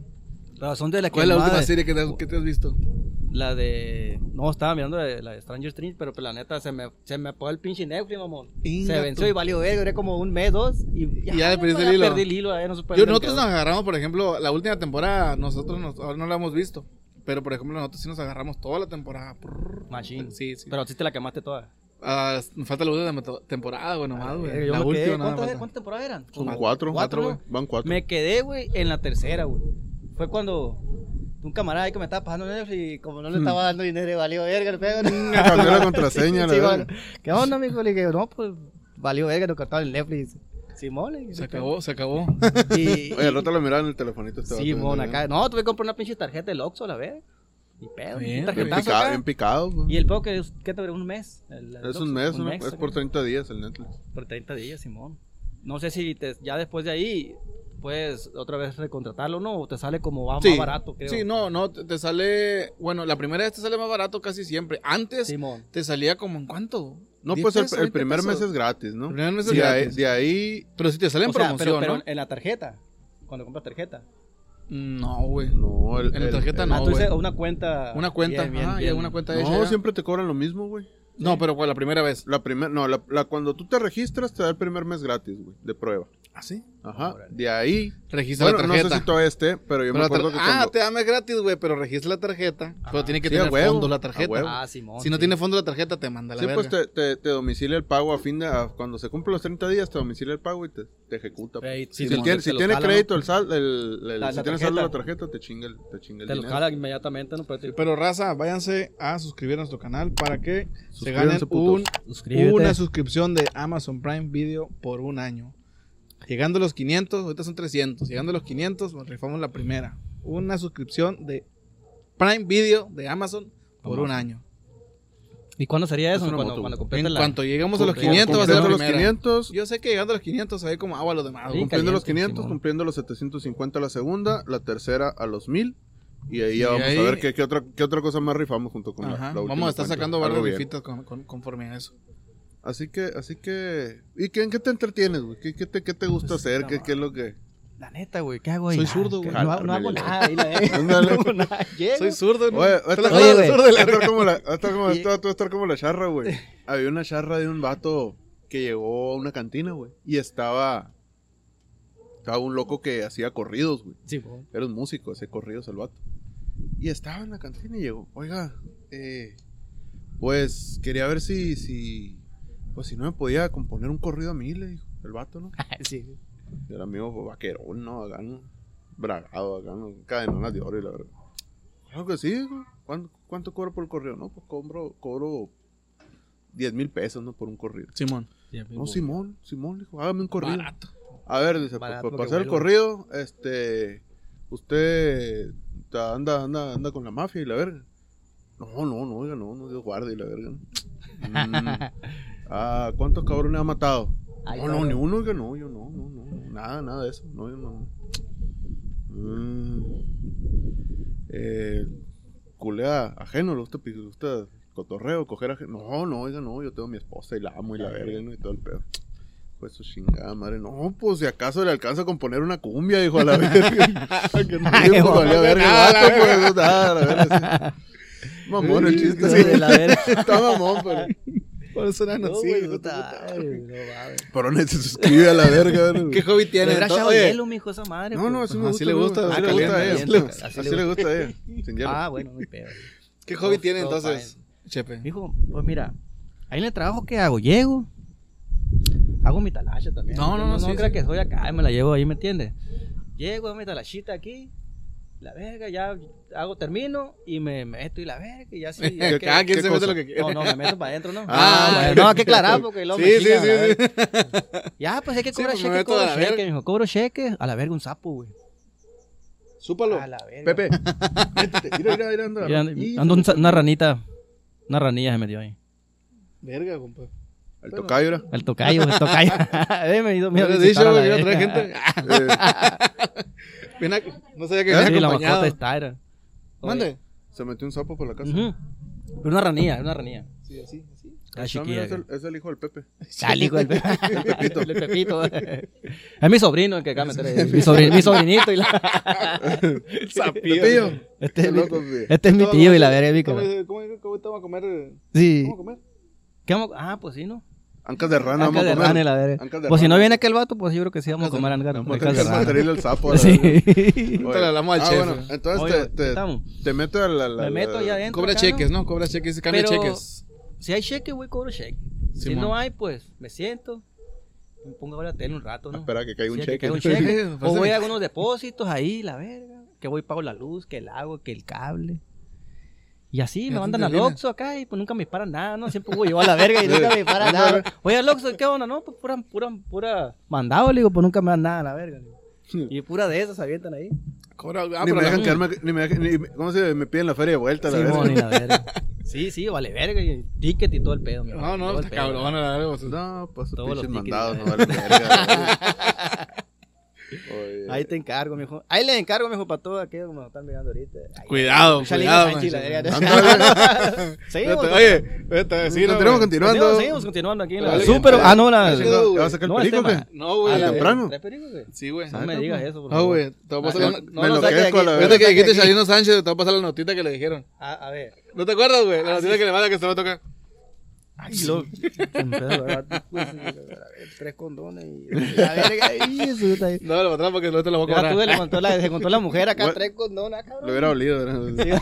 S5: Pero son de la que
S3: ¿Cuál es la
S5: más-
S3: última serie que te, has- que te has visto?
S5: Pues La de. No, estaba mirando la de, la de Stranger Things, pero pues, la neta se me, se me apagó el pinche Netflix, mamón.
S3: Inga
S5: se venció
S3: tu-
S5: y valió verga. Duré como un mes, dos. Y ya,
S3: Y ya le perdiste el
S5: ya
S3: hilo.
S5: Perdí el hilo, eh, no supe
S3: Yo,
S5: dónde me
S3: nosotros
S5: quedó.
S3: nos agarramos, por ejemplo, la última temporada, nosotros nos- ahora no la hemos visto. Pero, por ejemplo, nosotros sí nos agarramos toda la temporada. Prrr.
S5: Machine.
S3: Sí, sí.
S5: Pero a ti te la quemaste toda.
S3: Ah, me falta la última meto- temporada, güey, nomás, güey.
S5: Yo
S3: La
S5: me quedé-
S3: última, nada
S5: ¿Cuántas
S3: más.
S5: cuántas temporadas eran?
S1: Son
S5: Como
S1: cuatro.
S5: Cuatro,
S1: güey.
S5: ¿no?
S1: Van cuatro.
S5: Me quedé, güey, en la tercera, güey. Fue cuando un camarada ahí que me estaba pasando Netflix y como no le
S1: Hmm.
S5: estaba dando dinero, le valió verga el pedo. ¿no?
S1: Cambió la contraseña, la
S5: Sí,
S1: verga.
S5: bueno. ¿Qué onda, mijo? Le dije, no, pues valió verga, nos cortaron el Netflix. Simón, le dije,
S3: Se acabó, se acabó.
S5: Y,
S1: Oye, al rato lo miraba en el telefonito. este vato,
S5: Simón,
S1: ¿no?
S5: acá. No, tuve que comprar una pinche tarjeta del Oxxo, la verga. Y pedo,
S3: Bien,
S5: un
S1: Bien
S5: tarjetazo
S1: picado,
S5: acá.
S1: bien picado. güey.
S5: Y el pedo que es, ¿qué te duró? Un mes. El- el
S1: Es un
S5: Oxxo,
S1: mes, ¿no? es
S5: acá.
S1: por 30 días el Netflix.
S5: Por 30 días, Simón. No sé si te- ya después de ahí puedes otra vez recontratarlo, ¿no? O te sale como va- más,
S3: Sí.
S5: barato, creo.
S3: Sí, no, no, te te sale. Bueno, la primera vez te sale más barato casi siempre. Antes
S5: Simón.
S3: te salía como en cuánto.
S1: No,
S3: ¿10
S1: pues el,
S3: pesos,
S1: el
S3: 20
S1: primer
S3: pesos?
S1: mes es gratis, ¿no?
S3: El primer mes es
S1: de
S3: gratis.
S1: Ahí, de ahí,
S3: Pero si te sale en
S5: O sea,
S3: promoción,
S5: pero, pero
S3: ¿no?
S5: en la tarjeta. Cuando compras tarjeta.
S3: No, güey.
S1: no, el,
S3: En la
S1: el-
S3: tarjeta
S1: el-
S3: No,
S5: ah, tú dices
S3: güey.
S5: una cuenta.
S3: Una cuenta.
S5: Bien, bien,
S3: ajá, y
S5: bien.
S3: una cuenta de
S1: No,
S3: ella.
S1: siempre te cobran lo mismo, güey.
S3: No, pero fue la primera vez.
S1: La primera, no, la, la- cuando tú te registras te da el primer mes gratis, güey, de prueba.
S3: ¿Ah, sí?
S1: Ajá. De ahí,
S3: Registra
S1: bueno,
S3: la
S1: no
S3: tarjeta.
S1: sé si todavía esté, pero yo
S3: Pero
S1: me
S3: la
S1: acuerdo
S3: tar-
S1: que
S3: Ah,
S1: cuando...
S3: te dame gratis, güey, pero registra la tarjeta. Pero tiene que
S1: Sí, a
S3: tener
S1: huevo,
S3: fondo la
S1: a
S3: tarjeta.
S1: huevo.
S5: Ah, Simón.
S3: si no
S5: sí.
S3: tiene fondo la tarjeta, te manda la
S1: Sí,
S3: verga.
S1: pues te, te, te domicilia el pago a fin de... a- cuando se cumplen los 30 días te domicilia el pago y te, te ejecuta. pues.
S5: Ey,
S1: si
S5: Simón,
S1: tiene,
S5: te
S1: si
S5: lo
S1: tiene
S5: jala, ¿no?
S1: crédito el sal, el, el-
S5: La-
S1: si
S5: la
S1: tienes saldo la
S5: tarjeta.
S1: tarjeta, te chinga el, te chinga el
S5: Te lo
S1: dinero.
S5: jala inmediatamente, ¿no? Pero te-
S3: Pero raza, váyanse a suscribir a nuestro canal para que se
S1: Suscríbanse,
S3: ganen
S1: putos.
S3: un
S5: Suscríbete.
S3: una suscripción de Amazon Prime Video por un año. Llegando a los 500, ahorita son 300. Llegando a los 500, pues, rifamos la primera. Una suscripción de Prime Video de Amazon por un año.
S5: ¿Y cuándo sería eso?
S1: Es una
S5: Cuando,
S1: moto.
S5: cuando completes
S3: En
S5: la.
S3: cuanto lleguemos a los
S5: Compré-
S3: 500, va a ser la
S1: Cumpliendo los
S3: primera.
S1: 500,
S3: Yo sé que llegando a los 500 se ve como agua a los demás.
S5: Sí,
S3: güey.
S1: Cumpliendo los
S5: caliente,
S1: 500,
S5: Simón.
S1: cumpliendo los 750 la segunda, la tercera a los 1000. Y ahí ya
S3: Y
S1: vamos
S3: ahí-
S1: a ver qué, qué otra, qué otra cosa más rifamos junto con la-
S3: Ajá.
S1: la última
S3: Vamos a estar
S1: cuenta.
S3: sacando
S1: Algo
S3: varias
S1: bien.
S3: rifitas con- con- conforme a eso.
S1: Así que, así que. ¿Y qué, en qué te entretienes, güey? ¿Qué, qué te, qué te
S5: Pues,
S1: gusta hacer? ¿Qué, qué es lo que.?
S5: La neta, güey. ¿Qué hago ahí?
S3: Soy
S5: Nada,
S3: zurdo,
S5: que
S3: güey.
S5: No, hago- no hago
S1: Ándale.
S5: nada. ahí la verga.
S1: Ándale.
S5: No hago nada. Llego.
S3: Soy zurdo, ¿no?
S1: Oye, va a estar-
S5: Oye,
S1: va a
S5: güey.
S1: estar- va a estar como la- va a estar como- esto- esto va a estar como la charra, güey. Había una charra de un vato que llegó a una cantina, güey. Y estaba. Estaba un loco que hacía corridos, güey.
S5: Simón.
S1: Era un músico, ese corrido el vato. Y estaba en la cantina y llegó, oiga, eh, pues quería ver si, si, pues si no me podía componer un corrido a mí, le dijo el vato, ¿no?
S5: Sí.
S1: Y el amigo pues, vaquerón, ¿no? Acá, ¿no? Bragado, acá, ¿no? Cadenonas de oro y la verdad. Claro que sí, güey. ¿Cuánto, cuánto cobro por el corrido? No, pues cobro, cobro 10 mil pesos, ¿no? Por un corrido.
S3: Simón.
S1: No, Simón, Simón, le dijo, hágame un corrido.
S3: Barato.
S1: A ver, dice, pues,
S5: Barato
S1: pues,
S5: que
S1: para hacer el
S5: vuelva.
S1: corrido, este, usted ta- anda, anda, anda con la mafia y la verga. No, no, no, oiga, no, no, Dios guarde y la verga. Mm. Ah, ¿cuántos cabrones ha matado?
S5: Ay,
S1: no, no,
S5: cabrón.
S1: ni uno, oiga, no, yo no, no, no, no, nada, nada de eso, no, yo no. Mm. Eh, culea ajeno, ¿le gusta, pi- le gusta cotorreo, coger ajeno? No, no, oiga, no, yo tengo a mi esposa y la amo y la verga ¿no? y todo el pedo. Pues su chingada madre, no, pues si acaso le alcanza a componer una cumbia, dijo a la verga. que no,
S5: Ay,
S1: dijo,
S5: bueno,
S1: valió verga,
S3: nada,
S1: el vato, pues, nada, a la verga, sí. Mamón el chiste,
S5: Sí, de
S1: sí.
S5: la verga.
S1: Está mamón, pero.
S3: Por eso eran
S5: No,
S3: así,
S5: güey,
S3: hijo de
S5: puta,
S3: puta.
S5: ay, no mames.
S1: Pero se suscribe a la verga, ¿no?
S3: ¿Qué hobby
S5: Le
S3: tiene?
S5: habrá
S3: Entonces,
S5: echado
S3: oye,
S5: hielo, mijo, esa madre.
S1: No,
S5: pues.
S1: no, así me
S3: Ajá, así
S1: gusta.
S3: le
S1: me
S3: gusta,
S1: Así le
S3: ah,
S1: gusta a
S5: caliente,
S1: ella.
S5: caliente,
S1: Así
S5: así
S1: le
S5: le
S1: gusta a ella. Sin hielo.
S5: Ah, bueno, mi pedo.
S3: ¿Qué hobby
S5: Todo-
S3: tiene
S5: todo
S3: entonces, Chepe?
S5: Mijo, pues mira, ahí en el trabajo que hago, llego, hago mi talacha también.
S3: No, no, no,
S5: No,
S3: sí,
S5: creas
S3: sí.
S5: que soy acá, me la llevo ahí, ¿me entiendes? Llego, hago mi talachita aquí, la verga, ya hago, termino y me meto y la verga, y ya sí. ya
S3: Que
S5: que-
S3: cada quien
S1: qué
S3: se mete
S1: cosa?
S3: lo que quiere.
S5: No, no, me meto para adentro, ¿no?
S3: Ah,
S5: Ah,
S3: bueno.
S5: bueno, no, que aclarar, porque luego me
S3: Sí, sí,
S5: chingan, la
S3: sí,
S5: verga. Ya, pues hay que
S3: Sí,
S5: cobrar
S3: pues me
S5: cheque,
S3: meto a
S5: cobro
S3: la
S5: cheque,
S3: verga.
S5: mijo, cobro cheque, a la verga un sapo, güey.
S3: Súpalo.
S5: A la verga.
S1: Pepe. Mira, mira, mira, anda.
S5: Mira, ando un sa- una ranita. Una ranilla se metió ahí.
S3: Verga, compa.
S1: El tocayo era.
S5: El tocayo, el tocayo. Eh, Bienvenido, mira.
S3: Hubieras dicho, güey, iba a traer gente.
S1: Eh,
S3: Ven aquí. No sabía que
S5: Sí,
S3: venía
S5: la mascota
S3: acompañado.
S5: está, era.
S3: Mande.
S1: Se metió un sapo por la casa. Ah,
S5: Ujú. Pero una ranilla, era una ranilla.
S3: Sí, así, así.
S5: La
S1: Ah, mira,
S5: chiquilla.
S1: es, el, es el hijo del Pepe.
S5: Chale, hijo del pe- el Pepito. Es mi sobrino el que acaba de meter ahí. Mi, sobrin- mi sobrinito y la.
S1: Pepillo.
S3: Sapillo.
S5: Este es mi,
S1: Loco, sí.
S5: este es mi tío y la verga es mi
S3: ¿Cómo,
S5: comadre.
S3: cómo, cómo te vamos a comer? eh?
S5: Sí.
S3: ¿Cómo comer?
S5: ¿Qué vamos? Ah, pues sí, ¿no?
S1: Ancas de rana, Ah,
S5: Anca
S1: vamos
S5: de
S1: a comer.
S5: rana y la verga.
S1: Ancas de
S5: Pues si
S1: rana.
S5: no viene aquel vato, pues yo creo que sí vamos a comer angar.
S1: Vamos a
S5: ancas
S1: tener que
S5: de rana.
S1: mantenerle el sapo. a la verga.
S5: Sí.
S1: Oye.
S3: Ahorita le hablamos al
S1: ah,
S3: chef.
S1: bueno, entonces
S5: Oye,
S1: te,
S5: ¿qué
S1: te,
S5: estamos?
S1: te mete a la... la-
S5: Me
S1: la-
S5: meto allá adentro.
S3: Cobra
S5: acá,
S3: cheques,
S5: ¿no?
S3: ¿no? Cobra cheques, cambia
S5: Pero-
S3: cheques.
S5: Si hay cheque, güey, cobro cheque. Si
S3: Simón.
S5: no hay, pues me siento. Me pongo a ver la tele un rato, ¿no?
S1: Espera que caiga un
S5: Sí, que
S1: cheque.
S5: caiga un
S3: Eh,
S5: cheque. o
S3: pásame.
S5: voy a algunos depósitos ahí, la verga. Que voy pago la luz, que el agua, que el cable. Y así
S3: Ya
S5: me
S3: te
S5: mandan al
S3: interviene.
S5: Oxxo acá y pues nunca me paran nada, ¿no? Siempre voy yo a la verga y nunca me paran nada. Voy al Oxxo, ¿qué onda? No, pues pura, pura, pura. Mandado, le digo, pues nunca me dan nada, la verga. le digo. Y pura de esas avientan ahí.
S3: Cobra, ah,
S1: ni
S3: pero
S1: me
S3: la-
S1: dejan quedarme... Ni me dejan, ni, ¿Cómo se me piden la feria de vuelta? La
S5: Sí,
S1: verga?
S5: mon, y la verga. sí, sí, vale verga. Y ticket y todo el pedo, mi
S3: No, no,
S5: todo el
S3: está
S5: pedo,
S3: cabrón. la verga, pues,
S1: No, pues sus
S5: Todos los
S1: pinches
S5: tickets, eh.
S1: mandados no
S5: la
S1: valen verga. Oye,
S5: Ahí te encargo, mijo. Ahí les encargo, mijo, para todo aquello que me están mirando ahorita. Ahí.
S1: Pues
S3: Cuidado,
S5: Shalina
S3: cuidado.
S5: Sánchez, la verga.
S3: mancha.
S5: Seguimos,
S3: Vete, Oye, vete, sí, no,
S1: continuamos,
S3: güey.
S1: continuando.
S5: Seguimos, seguimos continuando aquí en la.
S1: Dale,
S5: Súper.
S1: dale.
S5: Ah, no, la.
S1: ¿Te vas a sacar el
S5: No, este el
S1: perico o
S5: tema.
S1: qué?
S3: No, güey.
S1: Ah,
S3: la-
S1: temprano.
S5: ¿Tres películas, güey?
S3: Sí, güey.
S5: No me digas eso, por
S3: Ah, No,
S5: favor.
S3: güey. Te va a pasar
S5: Ah,
S3: una-
S5: no,
S1: Me
S5: no,
S1: lo
S5: saque de
S1: enloquezco a
S5: aquí.
S1: la
S3: Fíjate
S1: verga.
S3: que dijiste Shalino Sánchez, te va a pasar la notita que le dijeron.
S5: Ah, a ver.
S3: ¿No te acuerdas, güey?
S5: Ah,
S3: La notita que le manda que se va a tocar.
S5: Ay, lo. Pues, Tres condones y. La verga. y eso está ahí.
S3: No, lo matarás porque no te lo voy a
S5: Ya tuve,
S3: cobrar.
S5: le contó la, se contó la mujer acá,
S1: What?
S5: tres condones, ah,
S1: Lo
S5: cabrón.
S1: hubiera olido. ¿verdad?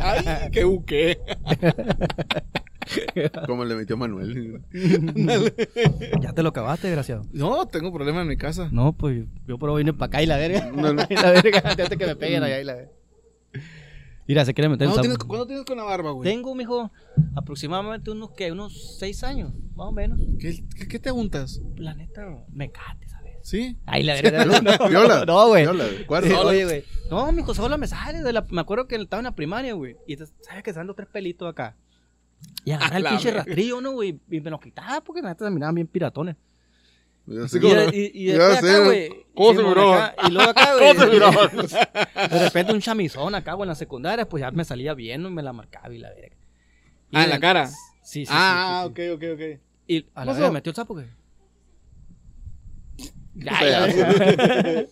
S3: Ay, qué buque.
S1: Como le metió Manuel.
S5: Ya te lo acabaste, desgraciado.
S3: No, tengo problema en mi casa.
S5: No, pues yo por hoy vine para acá y la verga.
S1: No, no.
S5: Y la verga, antes que me peguen allá y la verga. Mira, se quiere meter el
S3: ¿Cuándo
S5: sapo.
S3: tienes, ¿Cuánto tienes con la barba, güey?
S5: Tengo, mijo, aproximadamente unos, ¿qué? Unos seis años, más o menos.
S3: ¿Qué, qué, qué te juntas?
S5: La neta, me cate, ¿sabes?
S3: ¿Sí?
S5: Ay, la verga. no,
S1: Viola.
S5: no, güey.
S1: Viola, güey.
S5: Sí,
S1: Cuerno.
S5: oye, güey. No, mijo, solo me sale. de la- me acuerdo que estaba en la primaria, güey. Y te- sabes que salen los tres pelitos acá. Y agarra el
S3: Ah, la
S5: pinche
S3: verga.
S5: rastrillo, ¿no, güey? Y me los quitaba porque la neta se miraban bien piratones.
S1: Así
S5: Y,
S1: como-
S5: y, y después
S1: Ya sé,
S5: acá, güey.
S3: ¿Cómo se
S5: Simón,
S3: miró?
S5: acá, Y luego acá, güey. De repente un chamizón acá, güey, en la secundaria, pues ya me salía bien, ¿no? Y me la marcaba y la verga. Y
S3: Ah, ¿en la cara?
S5: Sí, sí.
S3: ah,
S5: sí, sí, sí.
S3: ok, ok, ok.
S5: Y a la
S3: ¿Pasó?
S5: verga metió el sapo, güey. Ya,
S1: O sea,
S5: ya, ya.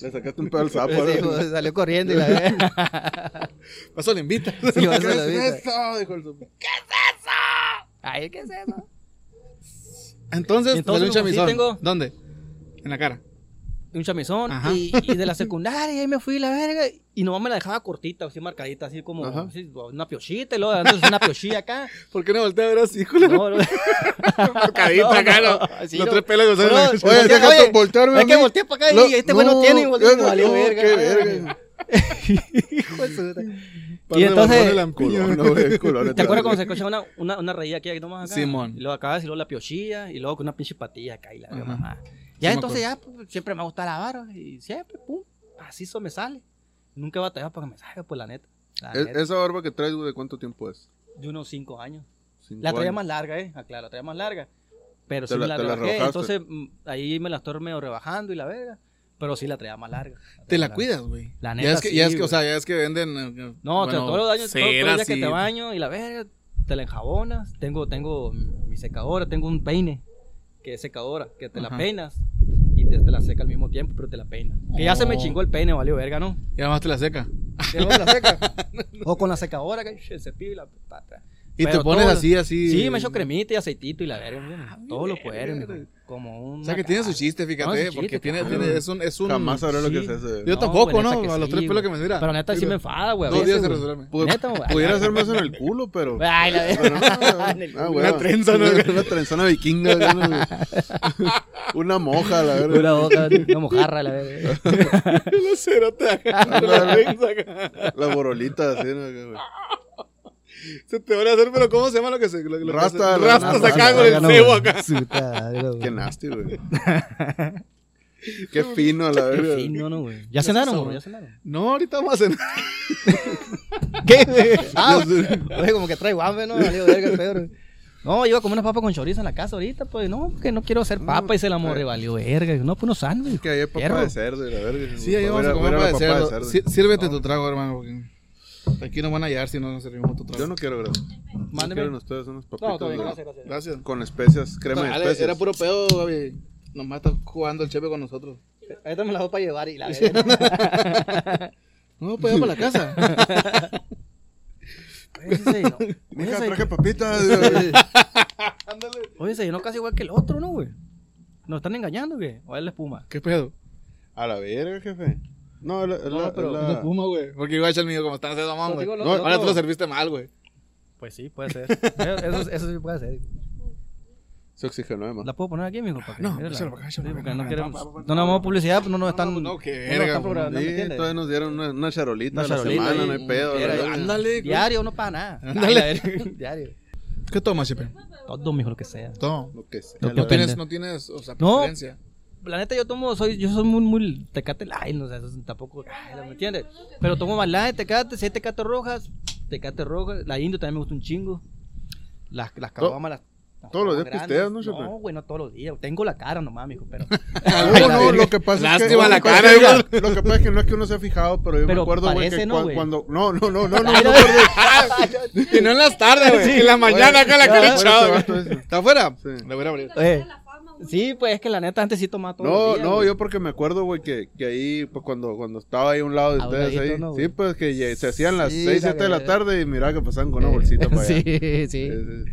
S1: Le sacaste un pedo al sapo.
S5: Sí,
S1: ¿verdad?
S5: güey, salió corriendo y la verga.
S3: Pasó, le invita.
S5: Sí,
S1: ¿Qué
S5: vas a la
S1: es
S5: verga.
S1: eso? Dijo el sapo.
S5: Ay, ¿qué es eso?
S3: Entonces,
S5: Entonces,
S3: salió un
S5: pues, sí
S3: chamizón.
S5: tengo-
S3: ¿Dónde? En la cara.
S5: Un chamizón.
S3: Ajá.
S5: Y, y de la secundaria, y ahí me fui la verga. Y nomás me la dejaba cortita, así marcadita, así como
S1: Ajá.
S5: así, una piochita. Y luego antes una piochilla acá.
S3: ¿Por qué no volteé a ver así, Julio?
S5: No, no.
S3: Marcadita
S5: No,
S3: acá,
S5: no,
S3: no,
S5: sí,
S3: los
S5: no.
S3: tres pelos que
S1: Oye,
S3: salen. en la-
S5: Bro, Voltea,
S1: déjate
S5: oye,
S1: voltearme.
S5: Es que volteé para acá y este güey no tiene. Y volteé y me valió verga.
S1: Qué verga.
S5: Hijo de su-
S3: Ponle-
S5: entonces-
S3: ponle la
S1: Culón,
S3: piña.
S1: no, güey, culón,
S5: ¿Te
S1: está
S5: acuerdas cuando
S1: bien.
S5: se escuchaba una, una, una reía aquí, aquí nomás acá?
S3: Simón.
S5: Y luego acabas y luego la piochilla y luego con una pinche patilla acá y la verga,
S3: Ajá.
S5: mamá.
S3: Sí
S5: Ya
S3: me
S5: entonces ya pues, siempre me gusta la vara y siempre, pum, así eso me sale. Nunca he batallado para que me salga, pues la neta. La
S1: Es-
S5: neta.
S1: E-, Esa barba que traes, güey, ¿de cuánto tiempo es?
S5: De unos cinco años.
S1: Cinco
S5: La traía
S1: años.
S5: más larga, eh. Aclaro, la traía más larga. Pero
S1: Te
S5: sí
S1: la-
S5: me la
S1: te la
S5: rebajé.
S1: rebajaste.
S5: entonces mm, ahí me la estoy medio rebajando y la verga. Pero sí la traía más larga.
S3: Te la
S5: traía más larga.
S3: cuidas, güey.
S5: La
S3: Ya
S5: neta
S3: es que, ya
S5: sí,
S3: es que o
S5: güey.
S3: sea, ya es que venden. eh,
S5: No, o sea,
S3: bueno,
S5: todos los años, todos- todos los
S3: cera,
S5: días que
S3: sí.
S5: te baño y la verga, te la enjabonas. Tengo, tengo mi secadora, tengo un peine que es secadora, que te
S3: Ajá.
S5: la peinas y te, te la seca al mismo tiempo, pero te la peinas. Que ya se me
S3: Oh.
S5: chingó el peine, valió verga, ¿no?
S3: Y además te la seca.
S5: Te luego la seca. o con la secadora, que el cepillo y la pata.
S3: Y te
S5: Pero
S3: pones
S5: todo-
S3: así, así.
S5: Sí, me echo cremita y aceitito y la verga. mira, todo lo
S3: Ah, verga.
S5: pueden, mijo, como un.
S3: O sea, que tiene su chiste, fíjate,
S5: No, es un
S3: porque
S5: chiste,
S3: tiene,
S5: cabrón.
S3: tiene, es un, es un.
S1: Jamás sabré lo que es eh.
S5: Sí.
S1: ese.
S3: Yo
S5: No,
S3: tampoco,
S5: güey,
S3: ¿no?
S5: neta que
S3: A los
S5: sí,
S3: tres pelos que
S5: güey.
S3: me mira.
S5: Pero neta sí me enfada, güey. a
S3: Dos
S5: veces,
S3: días de
S5: güey.
S3: resolverme.
S1: Pu-
S5: Neta, güey.
S1: Pudiera ser más en el culo, pero.
S5: Ay, la verga.
S1: pero no, no,
S5: En el
S1: no,
S5: culo.
S1: güey.
S3: Una trenza, ¿no?
S1: Una trenzona vikinga. güey, güey. Una moja, la verdad.
S5: Una boca, una mojarra, la verga.
S3: La cerota acá,
S1: Anda.
S3: la trenza acá.
S1: La borolita, así, ¿no? güey.
S3: Se te van a hacer, pero ¿cómo se llama lo que se. Lo, lo que
S1: Rasta,
S3: se-
S1: la-
S3: Rastas
S1: la-
S3: acá
S1: la-
S3: con
S1: la-
S3: el
S1: no,
S3: cebo acá.
S5: Su madre, güey.
S1: Qué nasty, güey. Qué fino, la
S5: Qué
S1: verdad.
S5: fino, ¿no, güey? Ya cenaron,
S3: sabroso.
S5: güey. Ya cenaron.
S3: No, ahorita vamos a cenar.
S5: ¿Qué, güey? Ah, oye, como que traigo hambre, ¿no? Valió verga el Pedro. No, iba a comer una papa con chorizo en la casa ahorita, pues. No, que no quiero hacer papa y se la morre, valió verga. No, pues no sándwich.
S1: Que ayer papá
S5: Perro.
S1: de cerdo y la verga.
S3: Sí, ahí
S1: Voy
S3: vamos a
S1: ir
S3: comer
S1: voy ir
S3: para
S1: la
S3: de
S1: papada
S3: cerdo. Sí, Sírvete tu trago, hermano, porque aquí nos van a hallar si no nos servimos tu trago.
S1: Yo no quiero, gracias. No
S5: Mándeme.
S1: quieren ustedes unas papitas
S5: No, todavía,
S1: ¿no?
S5: gracias, gracias.
S3: Gracias.
S1: con especias, crema de
S3: Ale,
S1: especias.
S3: era puro pedo, Gaby. Nomás está jugando el chepe con nosotros.
S5: Ahorita me la voy para llevar y la verga.
S3: No, pues ya para la casa.
S5: Oye, sí se llenó. Oye,
S1: Mija,
S5: se-
S1: traje papitas.
S5: Oye, se llenó casi igual que el otro, ¿no, güey? Nos están engañando, güey. O es la espuma.
S3: ¿Qué pedo?
S1: a la verga, jefe. No, es la- es
S5: No,
S1: la- es
S5: pero-
S1: la-
S3: No espuma, güey. Porque iba a echar el mío como están haciendo mamón,
S5: No,
S3: güey.
S5: digo, lo-
S3: No,
S5: lo-
S3: ahora tú
S5: lo-
S3: lo serviste mal, güey.
S5: Pues sí, puede ser. Eso, eso sí puede ser.
S1: se oxigenó de más.
S5: ¿La puedo poner aquí, mijo? Para que-
S3: No,
S5: mírala.
S3: échala para acá,
S5: Sí,
S3: échala para
S5: porque
S3: acá.
S5: no
S3: Pa,
S5: queremos.
S3: pa, pa,
S5: No nos vamos a publicidad, pues no nos están.
S3: No, no, qué
S5: no nos
S3: verga,
S5: están
S3: güey.
S5: programando, ¿me
S1: Sí,
S5: entiendes?
S1: todavía nos dieron una, una charolita
S5: Una
S1: a la
S5: charolita
S1: semana,
S5: y-
S1: no hay pedo.
S5: era-
S1: ¿verdad?
S3: Ándale.
S5: Diario, no para nada.
S3: Ándale.
S5: Ay, la verga, Diario.
S3: ¿Qué tomas, chepe?
S5: Todo, mijo, lo que sea.
S1: Ah,
S3: Todo.
S1: Lo que sea.
S5: Lo
S1: la
S5: que
S3: No
S1: verga.
S3: tienes,
S5: Depende.
S3: no tienes, o sea,
S5: No.
S3: preferencia.
S5: La neta, yo tomo, soy, yo soy muy, muy tecate light, no sé, eso tampoco, ay, ¿me entiendes? Pero tomo más light, tecate, si hay tecate rojas, tecate roja, la indio también me gusta un chingo. Las, las caguamas, las. las
S1: todos los
S5: caguamas
S1: días
S5: grandes.
S1: pisteas, ¿no, Chepe?
S5: No, güey, no todos los días. Tengo la cara nomás, mijo, pero.
S1: No, no, lo que pasa es que.
S3: Lástima la
S1: lo que pasa
S3: cara,
S1: es que-
S3: güey.
S1: Lo que pasa es que no es que uno se ha fijado, pero yo me
S5: Pero
S1: acuerdo, güey,
S5: parece,
S1: que
S5: ¿no,
S1: cua-
S5: güey?
S1: cuando. No, no, no, no, no.
S5: Ay,
S1: no,
S5: no.
S3: Y no en las tardes, güey. en la mañana acá la
S1: Ya, fuera
S3: cara echada,
S1: este vato
S3: güey.
S1: ese.
S3: ¿Está afuera?
S1: Sí.
S3: Le voy a abrir.
S5: Eh, sí, pues es que la neta antes sí tomaba todo.
S1: No, no, yo porque me acuerdo, güey, que, que ahí, pues cuando, cuando estaba ahí a un lado de
S5: A un
S1: ustedes,
S5: ladito,
S1: ahí,
S5: ¿no, güey?
S1: sí, pues que ya- se hacían las
S5: Sí,
S1: 6,
S5: la
S1: 7 de la
S5: verdad.
S1: tarde y miraba que pasaban con una bolsita para allá.
S5: Sí, sí.
S1: Eh, eh,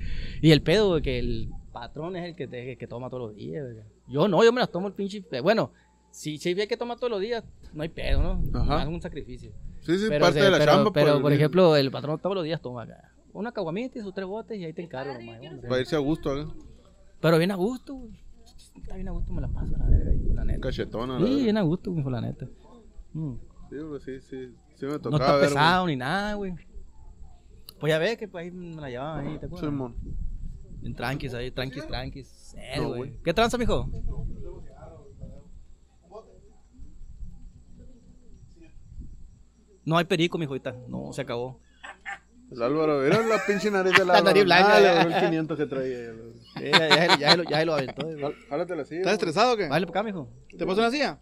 S5: Y el pedo, güey, que el patrón es el que, te- que toma todos los días. güey. Yo no, yo me las tomo el pinche. eh, Bueno, si, si hay que tomar todos los días, no hay pedo, ¿no?
S1: Ajá.
S5: Es un sacrificio.
S1: Sí, sí,
S5: pero,
S1: parte
S5: se-
S1: de la
S5: pero-
S1: chamba.
S5: pero,
S1: pues,
S5: por ejemplo, el patrón todos los días toma acá. Una caguamita y sus tres botes y ahí te encargo, nomás, hombre.
S1: Para irse a gusto, ¿eh? acá.
S5: Pero bien a gusto, güey. Está bien a gusto, me la paso, la verga, hijo, la neta.
S1: Cachetona, la
S5: Sí,
S1: verga.
S5: bien a gusto, hijo, la neta. Mm.
S1: Sí, güey, sí, sí. Sí me
S5: No
S1: tocaba
S5: está
S1: ver, güey.
S5: pesado ni nada, güey. Pues ya ves que pues, ahí me la llevaban ahí, ¿te acuerdas?
S1: Simón.
S5: En tranquis ahí, tranquis, tranquis. Eh,
S1: No,
S5: güey.
S1: güey.
S5: ¿Qué tranza, mijo? No hay perico, mijo, ahorita. No, se acabó.
S1: El Álvaro, ¿vieron la pinche nariz del
S5: La
S1: Álvaro?
S5: nariz blanca,
S1: Ah, le
S5: ya.
S1: agarró el 500 que traía.
S5: Eh, ya, ya, ya, ya lo, ya lo aventó. eh.
S1: Jál- Jálatela así.
S3: ¿Estás
S1: güey.
S3: estresado o qué?
S5: Bájale para acá, mijo.
S3: ¿Te pasó una silla?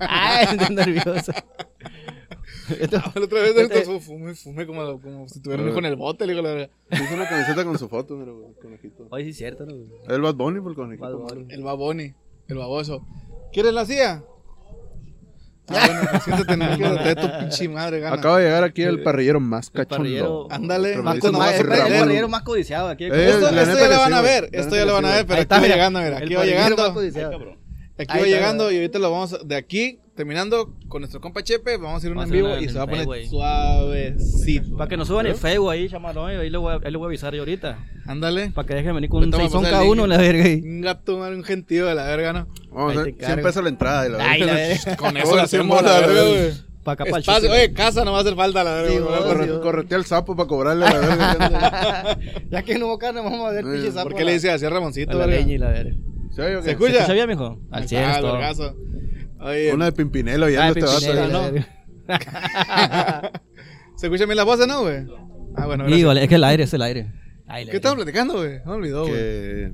S5: Ay, estoy nervioso. Esto-
S3: La otra vez esto
S5: Este-
S3: fu- fumé, fumé como, como si tuviera un hijo en el bote, le digo la verdad.
S1: Hizo una camiseta con su foto, mira, güey, el conejito.
S5: Oye, sí es cierto, ¿no? güey?
S1: El Bad Bunny por el conejito.
S5: Bad
S1: güey.
S5: Bunny.
S3: El baboni, el baboso. ¿Quieres la silla? Ah, bueno, pues siéntate, no quédate de tu pinche madre, gana.
S1: Acaba de llegar aquí el parrillero más
S5: El
S1: cachondo.
S5: parrillero-
S3: Ándale,
S1: Otro me
S3: Marco
S5: Más
S1: dice,
S5: con-
S1: no,
S5: más-
S3: Navas
S1: ese
S5: el
S1: Ramón.
S5: parrillero más codiciado aquí. este-
S1: Eh,
S3: Esto,
S1: la
S3: esto
S1: neta
S3: ya
S1: que
S3: lo van
S1: sí,
S3: a
S1: güey.
S3: ver,
S1: La
S3: esto
S1: neta
S3: ya lo
S1: que
S3: van
S1: sí,
S3: a ver, pero
S5: Ahí
S3: aquí
S5: está,
S3: va
S5: mira.
S3: llegando, mira,
S5: El
S3: aquí va
S5: parrillero más
S3: llegando.
S5: codiciado.
S3: Aquí
S5: Ahí
S3: va
S5: está,
S3: llegando
S5: mira.
S3: y ahorita lo vamos a- de aquí, terminando con nuestro compa Chepe, vamos a hacer un
S5: Vamos
S3: en
S5: a hacer
S3: vivo
S5: una
S3: y
S5: en
S3: se va a
S5: el
S3: poner
S5: Playboy.
S3: suavecito.
S5: Para que nos
S3: ¿Eh?
S5: suban el Facebook ahí, chamarón, ahí le voy a, ahí le voy a avisar yo ahorita.
S3: Ándale.
S5: Para que dejen venir con un
S3: Ahorita vamos a
S5: seisón
S3: pasar
S5: cada
S3: el
S5: uno, la
S3: link.
S5: verga. ahí.
S3: Un gato, madre, un gentío de la verga, ¿no?
S1: Vamos a
S5: Ahí
S1: ver,
S5: te
S1: 100
S5: cargo.
S1: pesos la entrada. y la
S5: Ay,
S1: verga.
S5: la verga.
S3: Con eso
S1: Ahora
S3: la
S1: sí,
S3: hacemos
S1: mola,
S3: la verga,
S1: güey.
S3: güey.
S5: Para acá, para el
S3: Espacio,
S5: shopping.
S3: oye, casa no va a hacer falta la verga.
S5: Sí,
S3: güey,
S5: vos,
S3: corre-
S5: sí, vos.
S1: Corre- Correte al sapo para cobrarle la verga.
S5: Ya que no hubo carne, vamos a ver
S1: Sí,
S5: pinche sapo.
S3: eh. ¿Por qué le dice así a Ramoncito?
S5: a la
S3: verga?
S5: leña y la verga?
S1: ¿Se oye o
S3: ¿Se
S1: qué?
S3: escucha?
S5: ¿Se sabía, mijo? Al cielo.
S3: Ah,
S5: es
S3: el
S5: todo.
S3: vergazo. Oye,
S1: Una de este Pimpinelo ya
S5: Ah,
S1: no te vas
S5: Pimpinela,
S1: a
S5: la
S3: ¿no?
S5: verga.
S3: ¿se escucha bien la voz, ¿eh, no, güey? Ah, bueno,
S5: Y
S3: gracias.
S5: vale, es que el aire, es el aire. Ay, la
S3: ¿Qué
S5: verga.
S3: estaban platicando, güey? No me olvidó, güey.
S1: que...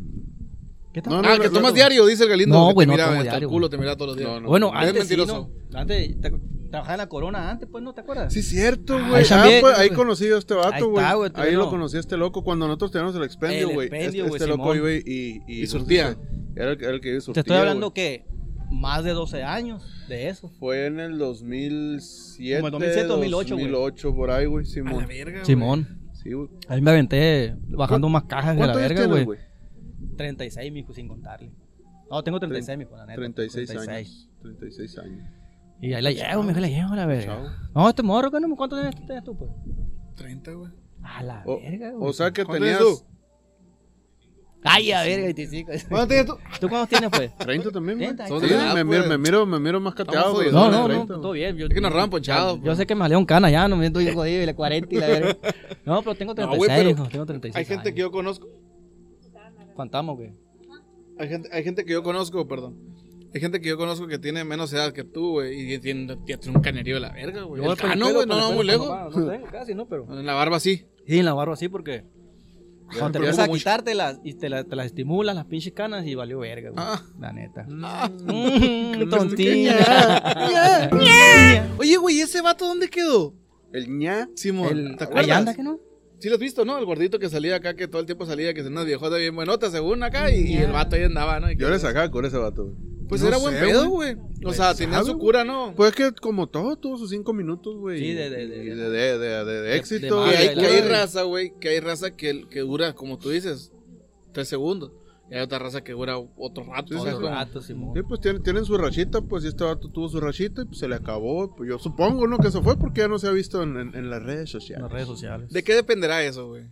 S5: ¿Qué tal?
S1: No,
S3: Ah, que
S1: no,
S3: tomas
S1: no.
S3: diario, dice el Galindo.
S5: No,
S3: que te
S5: güey, no
S3: mira
S5: tomo
S3: hasta el
S5: diario,
S3: culo,
S5: güey.
S3: te mira todos los días.
S1: No, no.
S5: Bueno,
S3: Es
S5: antes sí,
S3: mentiroso.
S5: ¿no? Antes te- trabajaba en la corona antes, pues, ¿no te acuerdas?
S1: Sí, cierto,
S5: Ah,
S1: güey.
S5: ahí
S1: Ah,
S5: también,
S1: pues,
S5: creo
S1: ahí
S5: que-
S1: conocí a este
S5: Ahí
S1: vato,
S5: está,
S1: güey.
S5: güey, te
S1: Ahí
S5: veo.
S1: lo conocí a este loco cuando nosotros teníamos el expendio,
S5: El
S1: güey. Este,
S5: expendio, güey,
S1: este loco
S5: Simón.
S1: iba y, y,
S3: Y surtía.
S1: Era el, que- era el que surtía.
S5: Te estoy hablando
S1: güey.
S5: que más de 12 años de eso.
S1: Fue en el 2007,
S5: Como el 2007, 2008, güey.
S1: 2008, por ahí, güey,
S3: A la
S1: Simón.
S3: verga, güey.
S5: Simón.
S1: Sí, güey.
S5: Ahí me aventé bajando más cajas de la
S1: ¿Cuántos años
S5: verga,
S1: tienes,
S5: güey.
S1: güey?
S5: 36, mijo, sin contarle. No, tengo 36, mijo, la neta.
S1: 36 años. 36 años.
S5: Y ahí la llevo, mijo, la llevo, la verga.
S1: Chao.
S5: No, este morro, ¿qué no? ¿cuánto tienes, tienes tú, pues?
S3: 30, güey.
S5: A la
S1: O,
S5: verga, güey.
S1: o sea que
S3: ¿Cuánto tienes
S1: tenías...
S3: tú?
S5: Ay, a verga, 25.
S3: ¿Cuánto tienes tú?
S5: ¿Tú cuántos tienes, pues?
S1: 30 también, güey.
S5: 30,
S1: Sí,
S5: ahí
S3: está.
S1: me, miro, me, miro, me miro más cateado, güey.
S5: No,
S3: Son
S5: no,
S1: 30,
S5: no, todo
S1: güey.
S5: bien. Yo,
S3: Es que nos roban ponchados,
S5: Yo
S3: pues.
S5: sé que me jalé un cana ya, no me estoy jodido y la 40 y la verga. No, pero tengo 36,
S3: güey, pero
S5: hijo, tengo 36.
S3: Hay gente que yo conozco.
S5: yo... Fantasma, güey.
S3: Hay gente, hay gente que yo conozco, perdón. Hay gente que yo conozco que tiene menos edad que tú, güey, y tiene, tiene un canerío de la verga, güey.
S5: Yo
S3: El
S5: al
S3: cano,
S5: peluquero,
S3: güey,
S5: con
S3: no,
S5: el
S3: no,
S5: pelo
S3: muy lejos.
S5: rapado, No tengo casi, ¿no? Pero.
S3: En la barba sí.
S5: Sí, en la barba sí, porque. Cuando te
S3: ya
S5: empiezas a
S3: como mucho.
S5: quitártelas y te, la- te las estimulas, las pinches canas, y valió verga, güey.
S3: Ah.
S5: La neta.
S3: Ah.
S5: Mm,
S3: Ya.
S5: Tontina.
S3: Oye, güey, ¿ese vato dónde quedó?
S1: El ña.
S3: Simón,
S5: El,
S3: ¿te acuerdas?
S5: ahí anda, que no?
S3: Sí lo has visto, ¿no? El gordito que salía acá, que todo el tiempo salía, que se unas viejotas bien buenotas, según acá, y, y el vato ahí andaba, ¿no? Y
S1: Yo
S3: que-
S1: le sacaba con ese vato, güey.
S3: Pues
S1: No
S3: era
S1: sé,
S3: buen pedo, güey. O sea, tenía
S1: sabe,
S3: su
S1: güey.
S3: cura, ¿no?
S1: Pues es que como todo tuvo sus cinco minutos, güey.
S5: Sí, de- de- de-
S1: Y de, de- de- de- de
S5: de
S1: éxito.
S3: Que
S5: madre,
S1: güey.
S3: hay,
S5: la
S3: que hay
S5: madre.
S3: raza, güey, que hay raza que, que dura, como tú dices, tres segundos. Y hay otra raza que dura otro rato. o sea,
S5: Otro
S3: como-
S5: gato, Simón.
S1: Sí, pues tienen, tienen su rachita, pues y este vato tuvo su rachita y pues se le acabó. Pues yo supongo, ¿no? Que se fue porque ya no se ha visto en, en- en las redes
S5: En
S1: sociales.
S5: las redes sociales.
S3: ¿De qué dependerá eso, güey?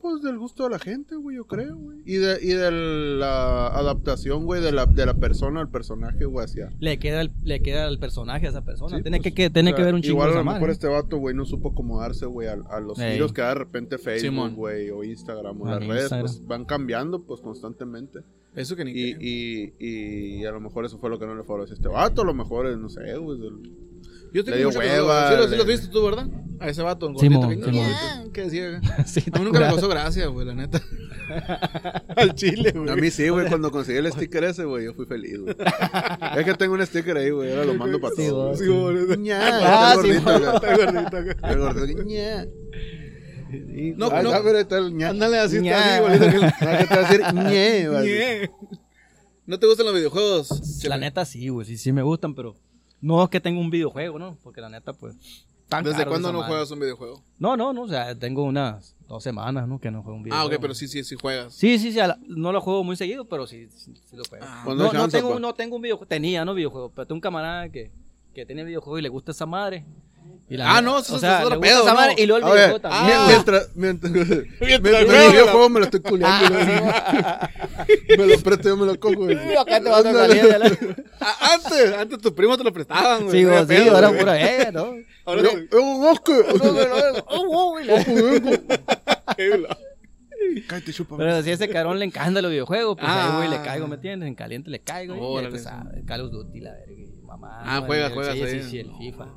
S1: Pues del gusto de la gente, güey, yo creo, güey. Y de, y de la adaptación, güey, de la, de la persona al personaje, güey, hacia...
S5: Le queda, el, le queda el personaje a esa persona.
S1: Sí,
S5: tiene
S1: pues,
S5: que, que- tiene
S1: o sea,
S5: que ver un chingo
S1: Igual a
S5: esa
S1: lo
S5: madre.
S1: mejor este vato, güey, no supo acomodarse, güey, a, a los
S5: Ey.
S1: giros que da de repente Facebook,
S3: Simón.
S1: güey, o Instagram, o
S5: Ah,
S1: las
S5: en
S1: redes,
S5: Instagram.
S1: pues van cambiando, pues, constantemente.
S3: Eso que ni
S1: Y,
S3: creo.
S1: y, y a lo mejor eso fue lo que no le favoreció a este vato, a lo mejor, eh, no sé, güey, del-
S3: Yo tengo
S1: le dio
S3: mucho que no lo-
S1: hueva,
S3: Sí, lo, sí
S1: le-
S3: lo has visto tú, ¿verdad? A ese vato, el
S5: Simón,
S3: gordito que,
S5: Simón.
S3: Ah, que decía.
S5: Sí,
S3: A
S5: está
S3: mí nunca me
S5: curado.
S3: causó gracia, güey, la neta. Al chile, güey.
S1: A mí sí, güey, cuando conseguí el sticker ese, güey, yo fui feliz, güey. es que tengo un sticker ahí, güey, ahora lo mando para
S5: Sí,
S1: todos.
S5: güey.
S1: güey.
S3: Sí, güey.
S1: Ña,
S5: Ah,
S1: está el
S5: sí,
S1: gordito,
S3: Está
S1: güey.
S3: gordito, güey.
S1: Está el gordito, ña.
S3: No,
S1: Ah,
S3: no.
S1: ah, pero está el ña.
S3: Ándale así,
S5: Ña.
S3: está así, igualito que el-
S1: Ah, ¿Qué te va a decir? Ñe, güey.
S3: Ñe. ¿No te gustan los videojuegos?
S5: La neta sí, güey. Sí, sí me gustan, pero no es que tenga un videojuego, ¿no? Porque la neta, pues. tan
S3: ¿Desde
S5: caros
S3: cuándo
S5: esa
S3: no
S5: madre.
S3: juegas un videojuego?
S5: No, no, no. O sea, tengo unas dos semanas, ¿no? Que no juego un
S3: Ah,
S5: videojuego.
S3: ok, pero sí, sí, sí juegas.
S5: Sí, sí, sí. a la- no lo juego muy seguido, pero sí, sí, sí lo juego.
S3: Ah,
S1: Cuando
S5: no,
S1: hay
S5: no
S1: chance,
S5: tengo,
S1: pues.
S5: no tengo un videojuego. Tenía, ¿no? Videojuego. Pero tengo un camarada que, que tiene videojuego y le gusta esa madre. Y la
S3: Ah,
S5: neta-
S3: no, eso
S5: o
S3: es- eso
S5: sea,
S3: es
S5: le
S3: otro
S5: gusta
S3: pedo,
S5: esa
S3: ¿no?
S5: madre y luego el
S1: A ver,
S5: videojuego
S1: mien-
S5: también.
S3: Ah,
S1: mientras, mientras, mientras,
S3: el
S1: mientras
S3: juego,
S1: yo juego me lo estoy culeando.
S3: Ah.
S1: me lo presto, yo me lo cojo. güey.
S5: Acá te vas a
S1: Ándale.
S5: salir de la-
S3: Ah, antes, antes tus primos te lo prestaban, güey.
S5: Sí,
S3: No
S5: güey,
S3: había
S5: sí,
S3: pedo,
S5: ahora
S3: güey.
S5: pura eh, ¿no?
S3: Ahora
S1: Yo-
S3: te-
S1: yo, Oscar, Cállate, chúpame.
S5: Pero si a ese carón le encanta los videojuegos, pues
S3: Ah.
S5: ahí, güey, le caigo, ¿me entiendes? En caliente le caigo. y ya
S3: Órale,
S5: tú
S3: sí.
S5: sabes, Call of Duty, la verga, y mamá.
S3: Ah,
S5: no,
S3: juega,
S5: el-
S3: juega,
S5: Sí, sí,
S3: sí.
S5: sí, el FIFA.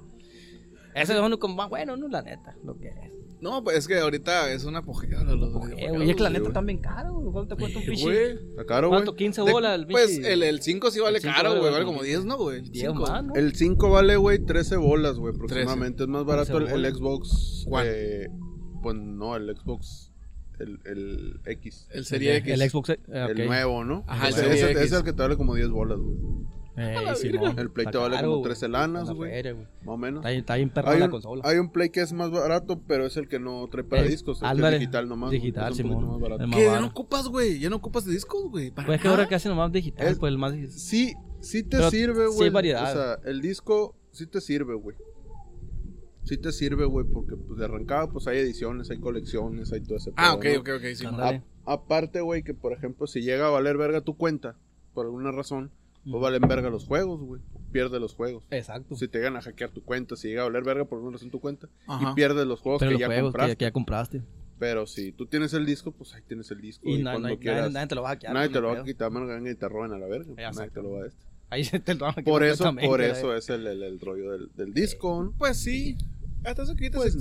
S5: Ese es uno como más bueno, ¿no? La neta, lo que es.
S3: No, pues es que ahorita es un apogeo los- los
S5: Eh,
S3: videojuegos,
S5: güey, es que la neta
S1: güey.
S5: están bien caro, güey. ¿Cuánto te cuesta un
S3: Eh, güey.
S5: pichi?
S1: Está caro, güey.
S5: ¿Cuánto? 15
S3: De-
S5: bolas el pichi.
S3: Pues el, el 5 sí vale
S5: El cinco
S3: caro,
S5: vale
S3: güey. Vale
S5: como
S3: como 10, ¿no, güey? El
S5: 10
S3: cinco.
S5: más, ¿no?
S1: El 5 vale, güey, 13 bolas, güey, aproximadamente. Es más barato el,
S5: 13
S1: el Xbox.
S3: One.
S1: eh, pues no, el Xbox. El, el X.
S3: El Serie X.
S5: El Xbox. eh, ok.
S1: El nuevo, ¿no?
S3: Ajá, el
S1: Ese-
S3: Serie
S1: ese-
S3: X.
S1: ese es el que te vale como 10 bolas, güey.
S5: Eh,
S3: la
S5: sí,
S3: virgen.
S5: no,
S1: El Play
S5: está
S1: te vale
S5: caro,
S1: como
S5: güey.
S1: 13 lanas,
S5: Está la
S1: güey.
S5: feria, güey.
S1: Más o menos.
S5: Está bien- Está bien perra
S1: Hay
S5: la
S1: un,
S5: consola.
S1: hay un Play que es más barato, pero es el que no trae para
S5: Eh,
S1: discos. el que
S5: ándale,
S1: es digital nomás.
S5: Digital,
S1: es un poquito
S5: Simón.
S1: más barato.
S5: El más
S3: ¿Qué? Ya
S5: barato.
S3: no ocupas, güey. Ya no ocupas de discos, güey. ¿Para
S5: Pues es que
S3: nada?
S5: ahora que hacen nomás digital,
S1: ah. Es-
S5: pues el más digital.
S1: Sí, sí te
S5: Pero
S1: sirve,
S5: sí
S1: güey.
S5: hay variedad.
S1: O sea, el disco sí te sirve, güey. Sí te sirve, güey, porque pues, de arrancada pues hay ediciones, hay colecciones, hay todo ese
S3: Ah, ok,
S1: pedo, ¿no?
S3: ok, ok. Sí,
S5: Ándale.
S1: A- aparte, güey, que por ejemplo, si llega a valer verga tu cuenta, por alguna razón,
S5: Ujú. Pues.
S1: pues valen verga los juegos, güey. Pierde los juegos.
S5: Exacto.
S1: Si te llegan a hackear tu cuenta, si llega a valer verga por alguna razón tu cuenta,
S3: Ajá.
S1: y pierdes los juegos
S5: Pero
S1: que
S5: los
S1: ya
S5: juegos que,
S1: compraste.
S5: ya- que ya compraste.
S1: Pero si tú tienes el disco, pues ahí tienes el disco. Y,
S5: Y na-
S1: cuando
S5: na-
S1: quieras,
S5: nadie, nadie te lo va a hackear.
S1: nadie
S5: no
S1: te lo va
S5: pedo.
S1: a quitar, menos que vengan y te roben a la verga. Nadie
S5: Exacto.
S1: te lo va a este.
S5: Ahí se te lo van a
S1: Por
S5: quitar
S1: eso,
S5: completamente, eh.
S1: por
S5: la
S1: eso
S5: verga.
S1: es el, el, el rollo del, del disco, ¿no?
S3: Pues sí. Hasta eso que ahorita
S1: Eh, Pues
S3: se-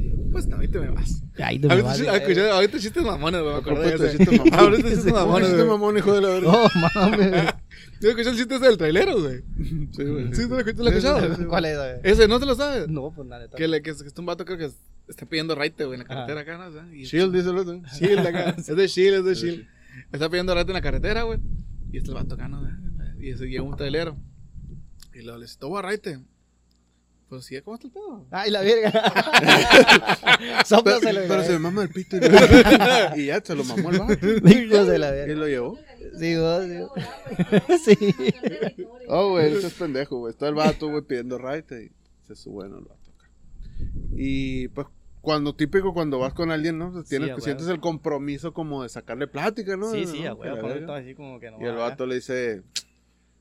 S1: no.
S3: Pues no, ahorita me vas.
S5: Ahí te me
S3: Ahorita,
S5: vale, eh.
S3: sí-
S5: verga.
S3: escuché- ahorita chistes mamones,
S1: Ah,
S3: güey. Me acordé de
S1: Puta,
S3: ese.
S1: chistes mamones.
S3: Ahorita chistes mamones,
S1: Este
S3: güey.
S1: mamón, hijo de la verga.
S5: No, mames.
S3: Yo escuché el chiste ese del trailero, güey.
S1: Sí, güey.
S3: Sí, ¿te lo- te lo
S1: Sí,
S3: escuchabas?
S1: sí, sí, sí.
S5: ¿Cuál es? eh?
S3: Ese, ¿no te lo sabes?
S5: No, pues nada. está
S3: Que, le, que es que está un vato creo que es- está pidiendo raite, güey, en la carretera acá, ¿no? O sea, y-
S1: Shield, dice el otro.
S3: Shield acá. Es de Shield, es de Shield. Está pidiendo raite en la carretera, güey. Y este vato acá, ¿no? Y ese llega un trailero. Y luego le dice, ¿todo raite? Pues sí, ¿cómo está el pedo?
S5: Ay, la verga.
S1: Pero,
S5: Sóplaselo.
S1: pero
S5: la
S1: se
S5: verga.
S1: mama el pito. Y, lo- y ya se lo mamó el vato.
S5: Hijos de la
S1: ¿Quién
S5: verga.
S1: lo llevó?
S5: Sí, vos, sí. vos. Sí.
S1: Oh, güey, ese es pendejo, güey. Está el vato, güey, pidiendo raite y se sube en el vato acá. Y pues, cuando típico, cuando vas con alguien, ¿no? Pues, tienes que
S5: a huevo.
S1: sientes el compromiso como de sacarle plática, ¿no?
S5: Sí, sí,
S1: ¿No?
S5: a huevo,
S1: Que la
S5: con
S1: verga.
S5: esto así como que no
S1: Y el
S5: va.
S1: vato le dice,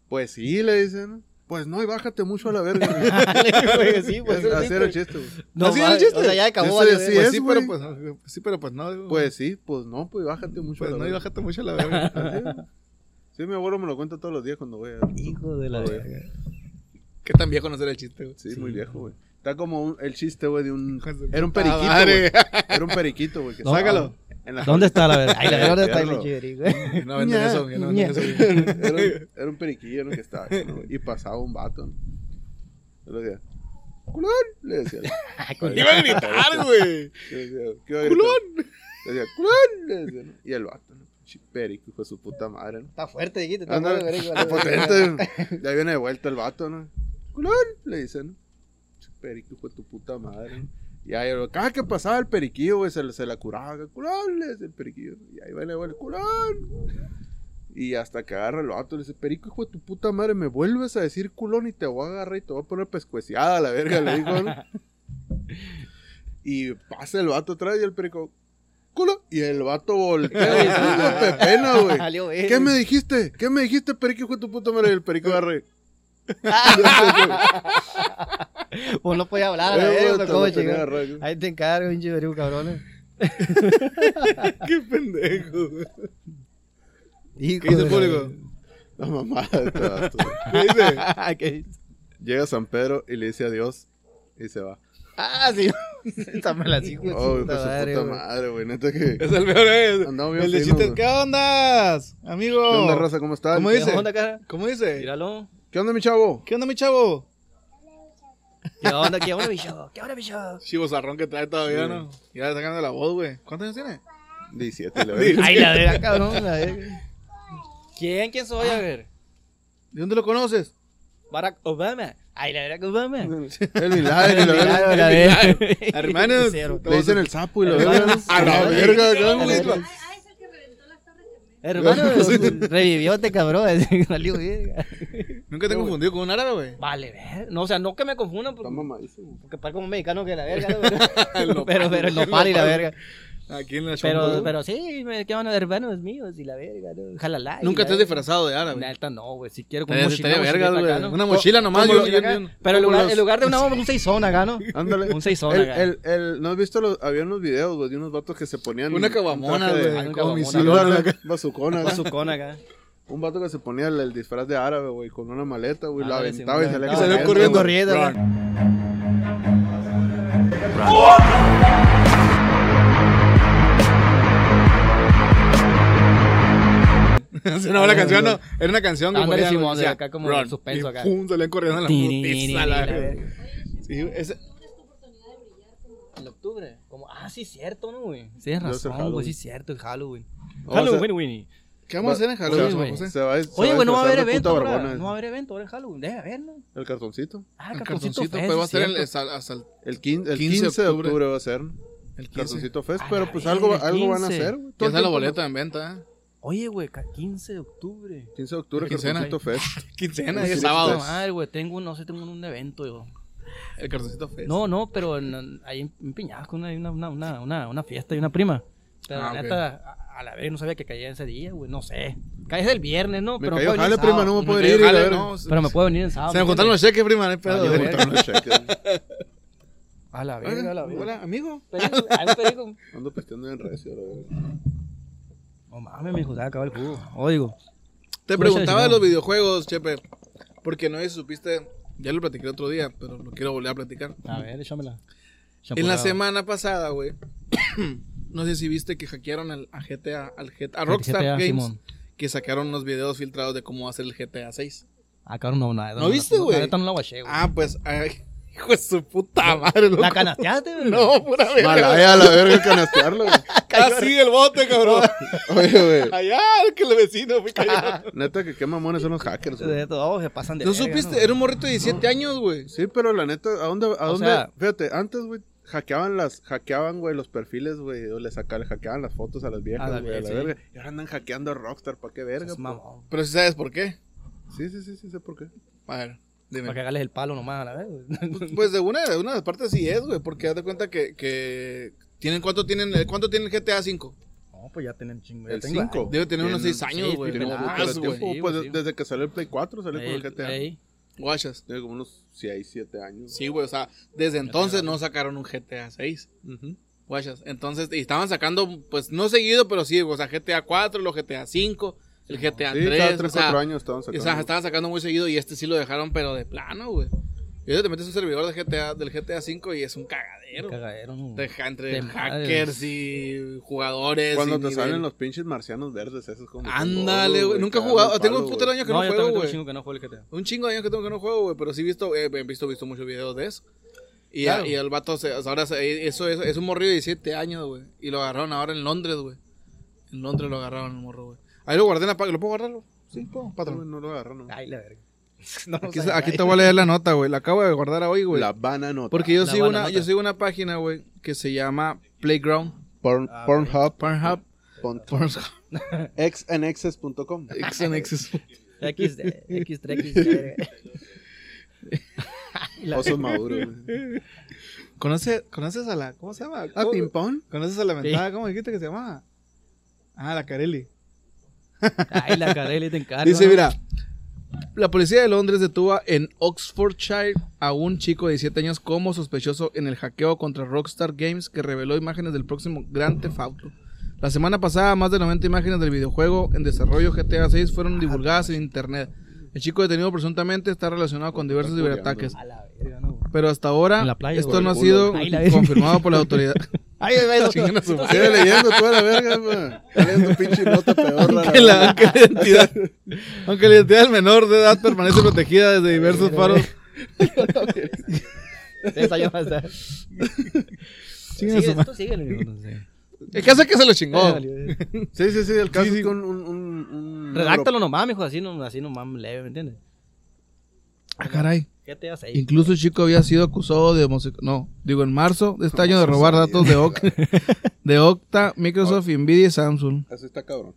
S1: pues sí, le dice, ¿no? Pues no, y bájate mucho a la verga. güey.
S5: Dale, güey, sí, pues,
S1: Así
S5: sí,
S1: era el
S5: pues.
S1: chiste, güey.
S5: No,
S3: ¿Así era el
S5: mames,
S3: chiste?
S5: O sea, ya acabó.
S1: Ese
S5: vale,
S1: sí
S5: verga.
S1: es,
S3: Pues sí, pero
S1: güey.
S3: pues, no, sí, pero pues no. güey.
S1: Pues sí, pues no, pues bájate mucho
S3: Pues
S1: a la
S3: no, y
S1: verga.
S3: bájate mucho a la verga.
S1: Así, güey. Sí, mi abuelo me lo cuenta todos los días cuando voy a...
S5: Hijo de la
S1: Oye.
S5: verga.
S3: Qué tan viejo no será el chiste, güey.
S1: Sí, muy viejo, güey. Está como un- el chiste, güey, de un...
S3: Hijos de
S1: Era un
S3: puta
S1: periquito,
S3: madre.
S1: güey. Era un periquito, güey. que
S5: No,
S1: estaba En la...
S5: ¿Dónde está la verga? Ay, la verga, ¿dónde está el
S1: Perro.
S5: chideri, güey?
S3: No venden
S1: Ña,
S3: eso, güey, no
S5: ña.
S3: venden
S1: Era
S3: eso. güey.
S1: un, era un periquillo ¿no? que estaba acá, ¿no? Y pasaba un vato. ¿no? Yo le decía, ¡culón! Le decía.
S3: Iba a gritar, güey.
S1: Yo le decía, ¿qué va a gritar?
S3: ¡Culón!
S1: Le decía, ¡culón! Le decía, ¿no? Y el vato, ¿no? Pinche Perico, hijo de su puta madre, ¿no?
S5: Está fuerte, dijiste. Está
S1: Anda,
S5: fuerte, verga,
S1: Ah, potente. Ya viene de vuelta el vato, ¿no? ¡Culón! Le dice, ¿no? Pinche Perico, hijo de tu puta madre, ¿no? Y ahí, cada que pasaba el periquillo, güey, se, le- se la curaba. ¡Culón! Le decía el periquillo. Y ahí viene de vuelta, ¡culón! Y hasta que agarra el vato, le dice, Perico, hijo de tu puta madre, me vuelves a decir culón y te voy a agarrar y te voy a poner pescueciada a la verga, le dijo, ¿no? Y pasa el vato atrás y el perico, culo. Y el vato voltea, hijo de pena, güey.
S5: Valió verga.
S1: ¿Qué me dijiste? ¿Qué me dijiste, perico, hijo de tu puta madre? Y el perico agarre.
S5: Pues no podía hablar, la verga, ¿cómo chingar?
S1: Qué
S5: Ahí te encargo, pinche verga, cabrones.
S1: pendejo, güey.
S5: Hijo
S3: ¿Qué dice el
S5: de la
S3: público?
S1: La mamada de este vato, güey.
S5: verga. ¿Qué?
S1: Llega San Pedro y le dice adiós. Y se va.
S5: Ah, sí. Esa me la dijo.
S1: Oh, hijo de su puta
S5: güey.
S1: madre, güey. Neta que.
S3: Es el mejor, eh.
S1: Andamos bien
S3: El de
S1: finos,
S3: chistes.
S1: güey.
S3: ¿Qué ondas, amigo?
S1: ¿Qué onda, raza? ¿Cómo estás?
S3: ¿Cómo
S5: ¿Qué
S3: dice?
S5: onda, cara?
S3: ¿Cómo dice?
S5: Míralo.
S1: ¿Qué onda, mi chavo?
S3: ¿Qué onda, mi chavo?
S5: ¿Qué onda? ¿Qué onda, bicho? ¿Qué onda, bicho?
S3: Chivo zarrón que trae todavía, ¿no? Ya le está cambiando la voz, güey. ¿Cuántos años tiene?
S1: 17, la verdad.
S5: Ay,
S2: Eh,
S5: la verga, cabrón, la verga. ¿Quién? ¿Quién soy? A ver.
S3: ¿De dónde lo conoces?
S5: Barack Obama. Ay, la verga, Obama.
S1: El milagro, la verdad.
S5: Milagro, la verga.
S3: Hermanos.
S5: Cero.
S1: Le dicen el sapo y lo
S5: Hermano.
S1: verga.
S5: A la
S1: verga,
S5: A la verga.
S6: Ah, es el que reventó las torres gemelas.
S5: Hermano, revivió este cabrón. Salió verga.
S3: Nunca te he confundido con un árabe, güey.
S5: Vale, verga. No, o sea, no que me confundan.
S1: Está
S5: por-
S1: mamadísimo.
S5: Porque parece como un mexicano que la verga. ¿no?
S3: nopal,
S5: Pero, pero el
S3: el
S5: nopal y la
S3: nopal.
S5: verga.
S3: Aquí en la
S5: Pero,
S3: Chombo.
S5: pero sí, me quedan hermanos míos y la verga, ¿no? Jalala. y
S3: Nunca
S5: la
S3: te has
S5: verga.
S3: disfrazado de árabe.
S5: Neta, no, güey. Si quiero con
S3: Estaría-
S5: mochila,
S3: estaría
S5: mochileta
S3: vergas, güey.
S5: acá, ¿no?
S3: Una mochila nomás,
S5: Como
S3: yo-
S5: los-
S3: yo-
S5: acá.
S3: yo-
S5: Pero en
S1: como
S5: lugar,
S1: los-
S5: en lugar de una bomba, un seisón acá, ¿no?
S1: Ándale.
S5: Un seisón
S1: El,
S5: acá.
S1: el, el, ¿No has visto los, había unos videos, güey, de unos vatos que se ponían.
S3: Una
S1: un
S3: caguamona,
S1: traje de-
S5: Ay,
S3: güey.
S5: como
S3: Como
S5: mi
S3: mi
S5: caguamona.
S1: Silvana,
S3: silvana.
S1: bazucona,
S5: Con su cona acá.
S1: Un vato que se ponía el, el disfraz de árabe, güey, con una maleta, güey, la
S5: Ándale,
S1: aventaba
S5: sí,
S1: y salía,
S5: la aventaba.
S1: corriendo.
S5: Corriendo,
S1: Run.
S5: acá.
S3: Sí, no, la canción no. Era una canción que
S5: Ándale,
S3: ponía,
S5: Simón,
S3: güey,
S5: de
S3: decía,
S5: acá como
S3: "Run",
S5: suspenso acá.
S3: Y pum, salían corriendo en la
S5: Tiriririri,
S3: putiza, la
S5: la
S3: verga.
S5: verga.
S3: Sí, ese-
S5: En octubre. Como, ah, sí, cierto, ¿no, güey? Sí,
S1: Yo sé
S5: es razón,
S1: Halloween.
S5: güey. Sí, cierto, el Halloween.
S3: Oh,
S1: O sea,
S5: Halloween, Winnie.
S3: ¿Qué vamos a hacer en
S1: se va-
S3: Halloween,
S5: güey.
S3: José?
S1: Se va, se
S5: Oye, güey, no va a haber
S1: disfrazar de puta
S5: evento ahora.
S1: barbona.
S5: No va a haber evento ahora en Halloween. Debe haber, ¿no?
S1: El cartoncito.
S5: Ah,
S3: El
S5: cartoncito
S3: cartoncito,
S5: fest,
S3: pues va a
S5: sí,
S3: ser el,
S5: cierto.
S3: hasta, hasta el,
S1: El 15, el
S3: 15
S1: 15
S3: de
S1: de
S3: octubre.
S1: octubre va a ser. El
S3: el 15.
S1: cartoncito fest,
S5: A la
S1: pero pues algo,
S5: verga,
S1: algo van a
S5: 15.
S1: hacer, güey.
S3: Ya
S1: Todo el
S3: está la
S1: tiempo-
S3: boleta en venta, ¿eh?
S5: Oye, güey, ca- 15 de octubre.
S1: 15 de octubre,
S3: Quincena.
S1: cartoncito fest.
S3: Quincena, y
S1: Sí,
S3: es
S1: sí,
S3: sábado.
S1: sí.
S5: Ay, güey, tengo, un- no sé, tengo un evento, yo.
S3: El cartoncito fest.
S5: No, no, pero en- en- ahí en, en Piñasco una- hay una, una, una, una, una fiesta y una prima. Pero
S3: Ah,
S5: la
S3: ok.
S5: neta, a, a la vez no sabía que caía ese día, güey, no sé. Cae el viernes, ¿no?
S1: Me
S5: Pero me
S1: cayó
S5: puedo venir
S1: jale,
S5: el
S1: prima,
S5: sábado.
S1: no me puedo
S3: Jale,
S1: ir. y la verga.
S3: no, se-
S5: Pero me puedo venir el sábado.
S3: Se me juntaron los cheques, prima, no hay
S1: Ah,
S3: pedo.
S1: ya
S3: güey.
S1: botaron los cheques.
S5: A la verga, a la
S3: Hola,
S5: verga.
S3: hola, amigo.
S5: Perico, hay un perico.
S1: Ando pisteando en recio, la verga.
S5: No mames, me juzgaba acabar el
S3: Uh.
S5: jugo. Oigo.
S3: Te
S5: Puro
S3: preguntaba de
S5: chachimán.
S3: los videojuegos, Chepe. Porque no sé si supiste, ya lo platiqué el otro día, pero lo quiero volver a platicar.
S5: A ver, échamela.
S3: En
S5: Champurrado.
S3: la semana pasada, güey, no sé si viste que hackearon al, a GTA, al GTA, a
S5: El
S3: Rockstar
S5: GTA,
S3: Games,
S5: Simón.
S3: que sacaron unos videos filtrados de cómo hacer el GTA 6.
S5: Ah, cabrón, no, nada.
S3: ¿No viste, güey?
S5: La neta no la guaché, güey.
S3: Ah, pues, ay, hijo de su puta madre, loco.
S5: ¿La canasteaste, güey?
S3: No, pura verga.
S1: Malaya, la verga, canastearlo, güey.
S3: Así el bote, cabrón.
S1: Oye, güey.
S3: Allá, que el vecino fue cayendo.
S1: Neta que qué mamones son los hackers, güey.
S5: De todo, se pasan de
S3: ¿No
S5: verga,
S3: supiste?
S5: ¿no?
S3: Era un morrito de 17 años, güey.
S1: Sí, pero la neta, ¿a dónde, a
S5: O
S1: dónde?
S5: sea-
S1: fíjate, antes, güey, hackeaban las, hackeaban, güey, los perfiles, güey, o le sacaban, hackeaban las fotos a las viejas,
S5: A la
S1: güey, a la
S5: vieja, sí.
S1: verga. Y ahora andan hackeando a Rockstar, ¿para qué verga?
S5: Es
S1: po?
S5: mamón.
S3: Pero si sabes por qué.
S1: Sí, sí, sí, sí, sé por qué.
S3: A ver, dime.
S5: Para cagarles el palo nomás a la vez, güey.
S3: Pues de una, de una de las partes sí es, güey, porque haz de cuenta que, que tienen cuánto tienen eh, cuánto tiene el GTA V.
S5: No, pues ya tienen chingo. ya
S1: El
S5: tengo-
S1: 5.
S3: Debe tener unos 6 años,
S5: sí,
S3: güey.
S5: tiene
S3: no
S5: pelado,
S3: más,
S5: pero
S3: güey.
S5: tiempo.
S1: pues,
S5: güey, sí.
S1: desde que salió el Play 4, salió con el
S5: Ey,
S1: GTA.
S5: ey.
S3: Guachas.
S1: Tiene como unos 6, 7 años.
S3: Sí, güey, o sea, desde entonces no sacaron un GTA 6.
S1: Ujú.
S3: Guachas. Entonces, y estaban sacando, pues no seguido, pero sí, o sea, GTA 4, los GTA 5. el GTA
S1: Sí,
S3: 3.
S1: cada 3,
S3: o sea,
S1: 4 años estaban
S3: y,
S1: sacando.
S3: o sea, estaban sacando muy seguido y este sí lo dejaron, pero de plano, güey. Y ahora te metes un servidor de GTA, del GTA 5 y es un cagadero.
S5: Cagadero, no.
S3: Te ja- entre
S5: De
S3: hackers y jugadores.
S1: Cuando
S3: y
S1: te
S3: nivel.
S1: salen los pinches marcianos verdes, esos como.
S3: Ándale,
S1: gordos,
S3: güey. Nunca he
S1: cada
S3: jugado.
S1: palo,
S3: Tengo un
S1: güey.
S3: puto año que no,
S5: yo
S3: juego,
S5: también tengo
S3: güey.
S5: chingo que no juego el GTA.
S3: Un chingo de años que tengo que no juego, güey, pero sí he visto, eh, he visto, visto muchos videos de eso. Y,
S5: Claro.
S3: y el vato, se- o sea, ahora se- eso, eso- es un morrillo de 17 años, güey. Y lo agarraron ahora en Londres, güey. En Londres lo agarraron el morro, güey. Ahí lo guardé en la paga. ¿Lo puedo guardarlo? Sí, puedo,
S1: No, güey,
S3: patrón.
S1: No lo agarró, no.
S5: Ay, la verga.
S3: Aquí, aquí te voy a leer la nota, güey. La acabo de guardar hoy, güey.
S1: La banana.
S3: Porque yo
S5: La
S3: sigo,
S5: buena
S3: una,
S5: nota.
S3: yo sigo una página, güey, que se llama Playground.
S1: Porn,
S5: Ah,
S1: Pornhub.
S3: Pornhub.
S1: Porn-
S3: Pornhub.
S1: Xnxes.com.
S3: XNX.
S5: X, X, 3, X,
S1: Osos maduros. güey.
S3: ¿Conoce- ¿Conoces a la... ¿Cómo se llama?
S1: ¿Ah,
S3: ¿Cómo-
S1: ping-pong?
S3: ¿Conoces a la mentada? ¿Cómo dijiste que se llamaba? Ah, la Carelli.
S5: Ay, la Carelli te encargo.
S3: Dice,
S5: ¿no?
S3: mira, la policía de Londres detuvo en Oxfordshire a un chico de 17 años como sospechoso en el hackeo contra Rockstar Games que reveló imágenes del próximo Gran Theft Auto. La semana pasada, más de 90 imágenes del videojuego en desarrollo GTA 6 fueron divulgadas en internet. El chico detenido presuntamente está relacionado con diversos
S1: Está
S3: ciberataques.
S5: A la verga, no. güey.
S3: Pero hasta ahora,
S5: En la playa,
S3: esto
S5: güey,
S3: no ha
S1: culo.
S3: sido
S5: Ahí la ves.
S3: confirmado por la autoridad.
S5: Ay, ay, ay,
S3: Chingan a su madre.
S1: Sigue leyendo tú a la verga, güey. Lee tu pinche nota peor. la
S3: que la,
S1: verga.
S3: aunque, la identidad, aunque la identidad del menor de edad permanece protegida desde diversos faros.
S5: Esa ya pasa.
S3: Chinga su Oh. madre.
S5: Tú síguele, mi hermano, sí.
S3: El caso es que se lo chingó.
S1: Sí, sí, sí. El caso
S3: Sí, sí.
S1: es con un. un, un
S5: Redáctalo nomás, mijo, así, no, así nomás leve, ¿me entiendes?
S3: Ah, caray.
S5: ¿Qué te hace ahí?
S3: Incluso el chico había sido acusado de homosexual. No, digo, en marzo de este año de robar datos de, Oc- de Okta, Microsoft, Nvidia y Samsung.
S1: Eso está cabrón.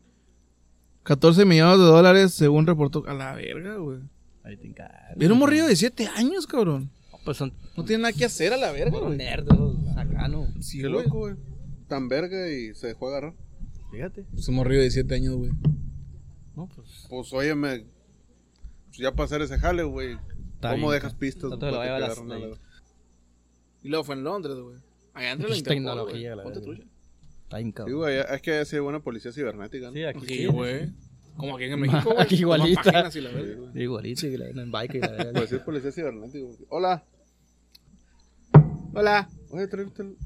S3: 14 millones de dólares según reportó. A la verga, güey.
S5: Ahí te encargo.
S3: Era un morrido de 7 años, cabrón.
S5: Pues son
S3: No tiene nada que hacer a la verga,
S5: puros
S3: güey.
S5: nerdos, sacano.
S3: Sí,
S1: Qué loco, güey. Tan verga y se dejó agarrar.
S5: Fíjate.
S3: Es un morrido de 7 años, güey.
S5: No, pues.
S1: Pues óyeme, pues, ya para hacer ese jale, güey.
S5: Está
S1: ¿Cómo
S5: bien,
S1: dejas pistas?
S5: No te
S1: para
S5: lo
S1: que
S5: vaya a la-
S1: agarren a la-
S3: Y luego fue en Londres, güey. Allá entra la
S5: Pinche
S3: Interpol,
S5: tecnología,
S3: güey.
S5: la
S3: Ponte
S5: verga.
S3: trucha.
S5: Está bien,
S1: Sí,
S5: cabrón.
S1: güey, es que hay buena policía cibernética, ¿no?
S5: Sí, aquí
S3: Aquí,
S5: sí.
S3: güey. Como aquí en México, güey.
S5: Aquí
S3: Toman
S5: igualita.
S3: páginas y la verga.
S1: Sí, güey.
S5: Igualito, y la- en bike y la verga.
S1: Pues sí, es policía cibernética. güey. Hola.
S3: Hola.
S1: Oye, trae usted el...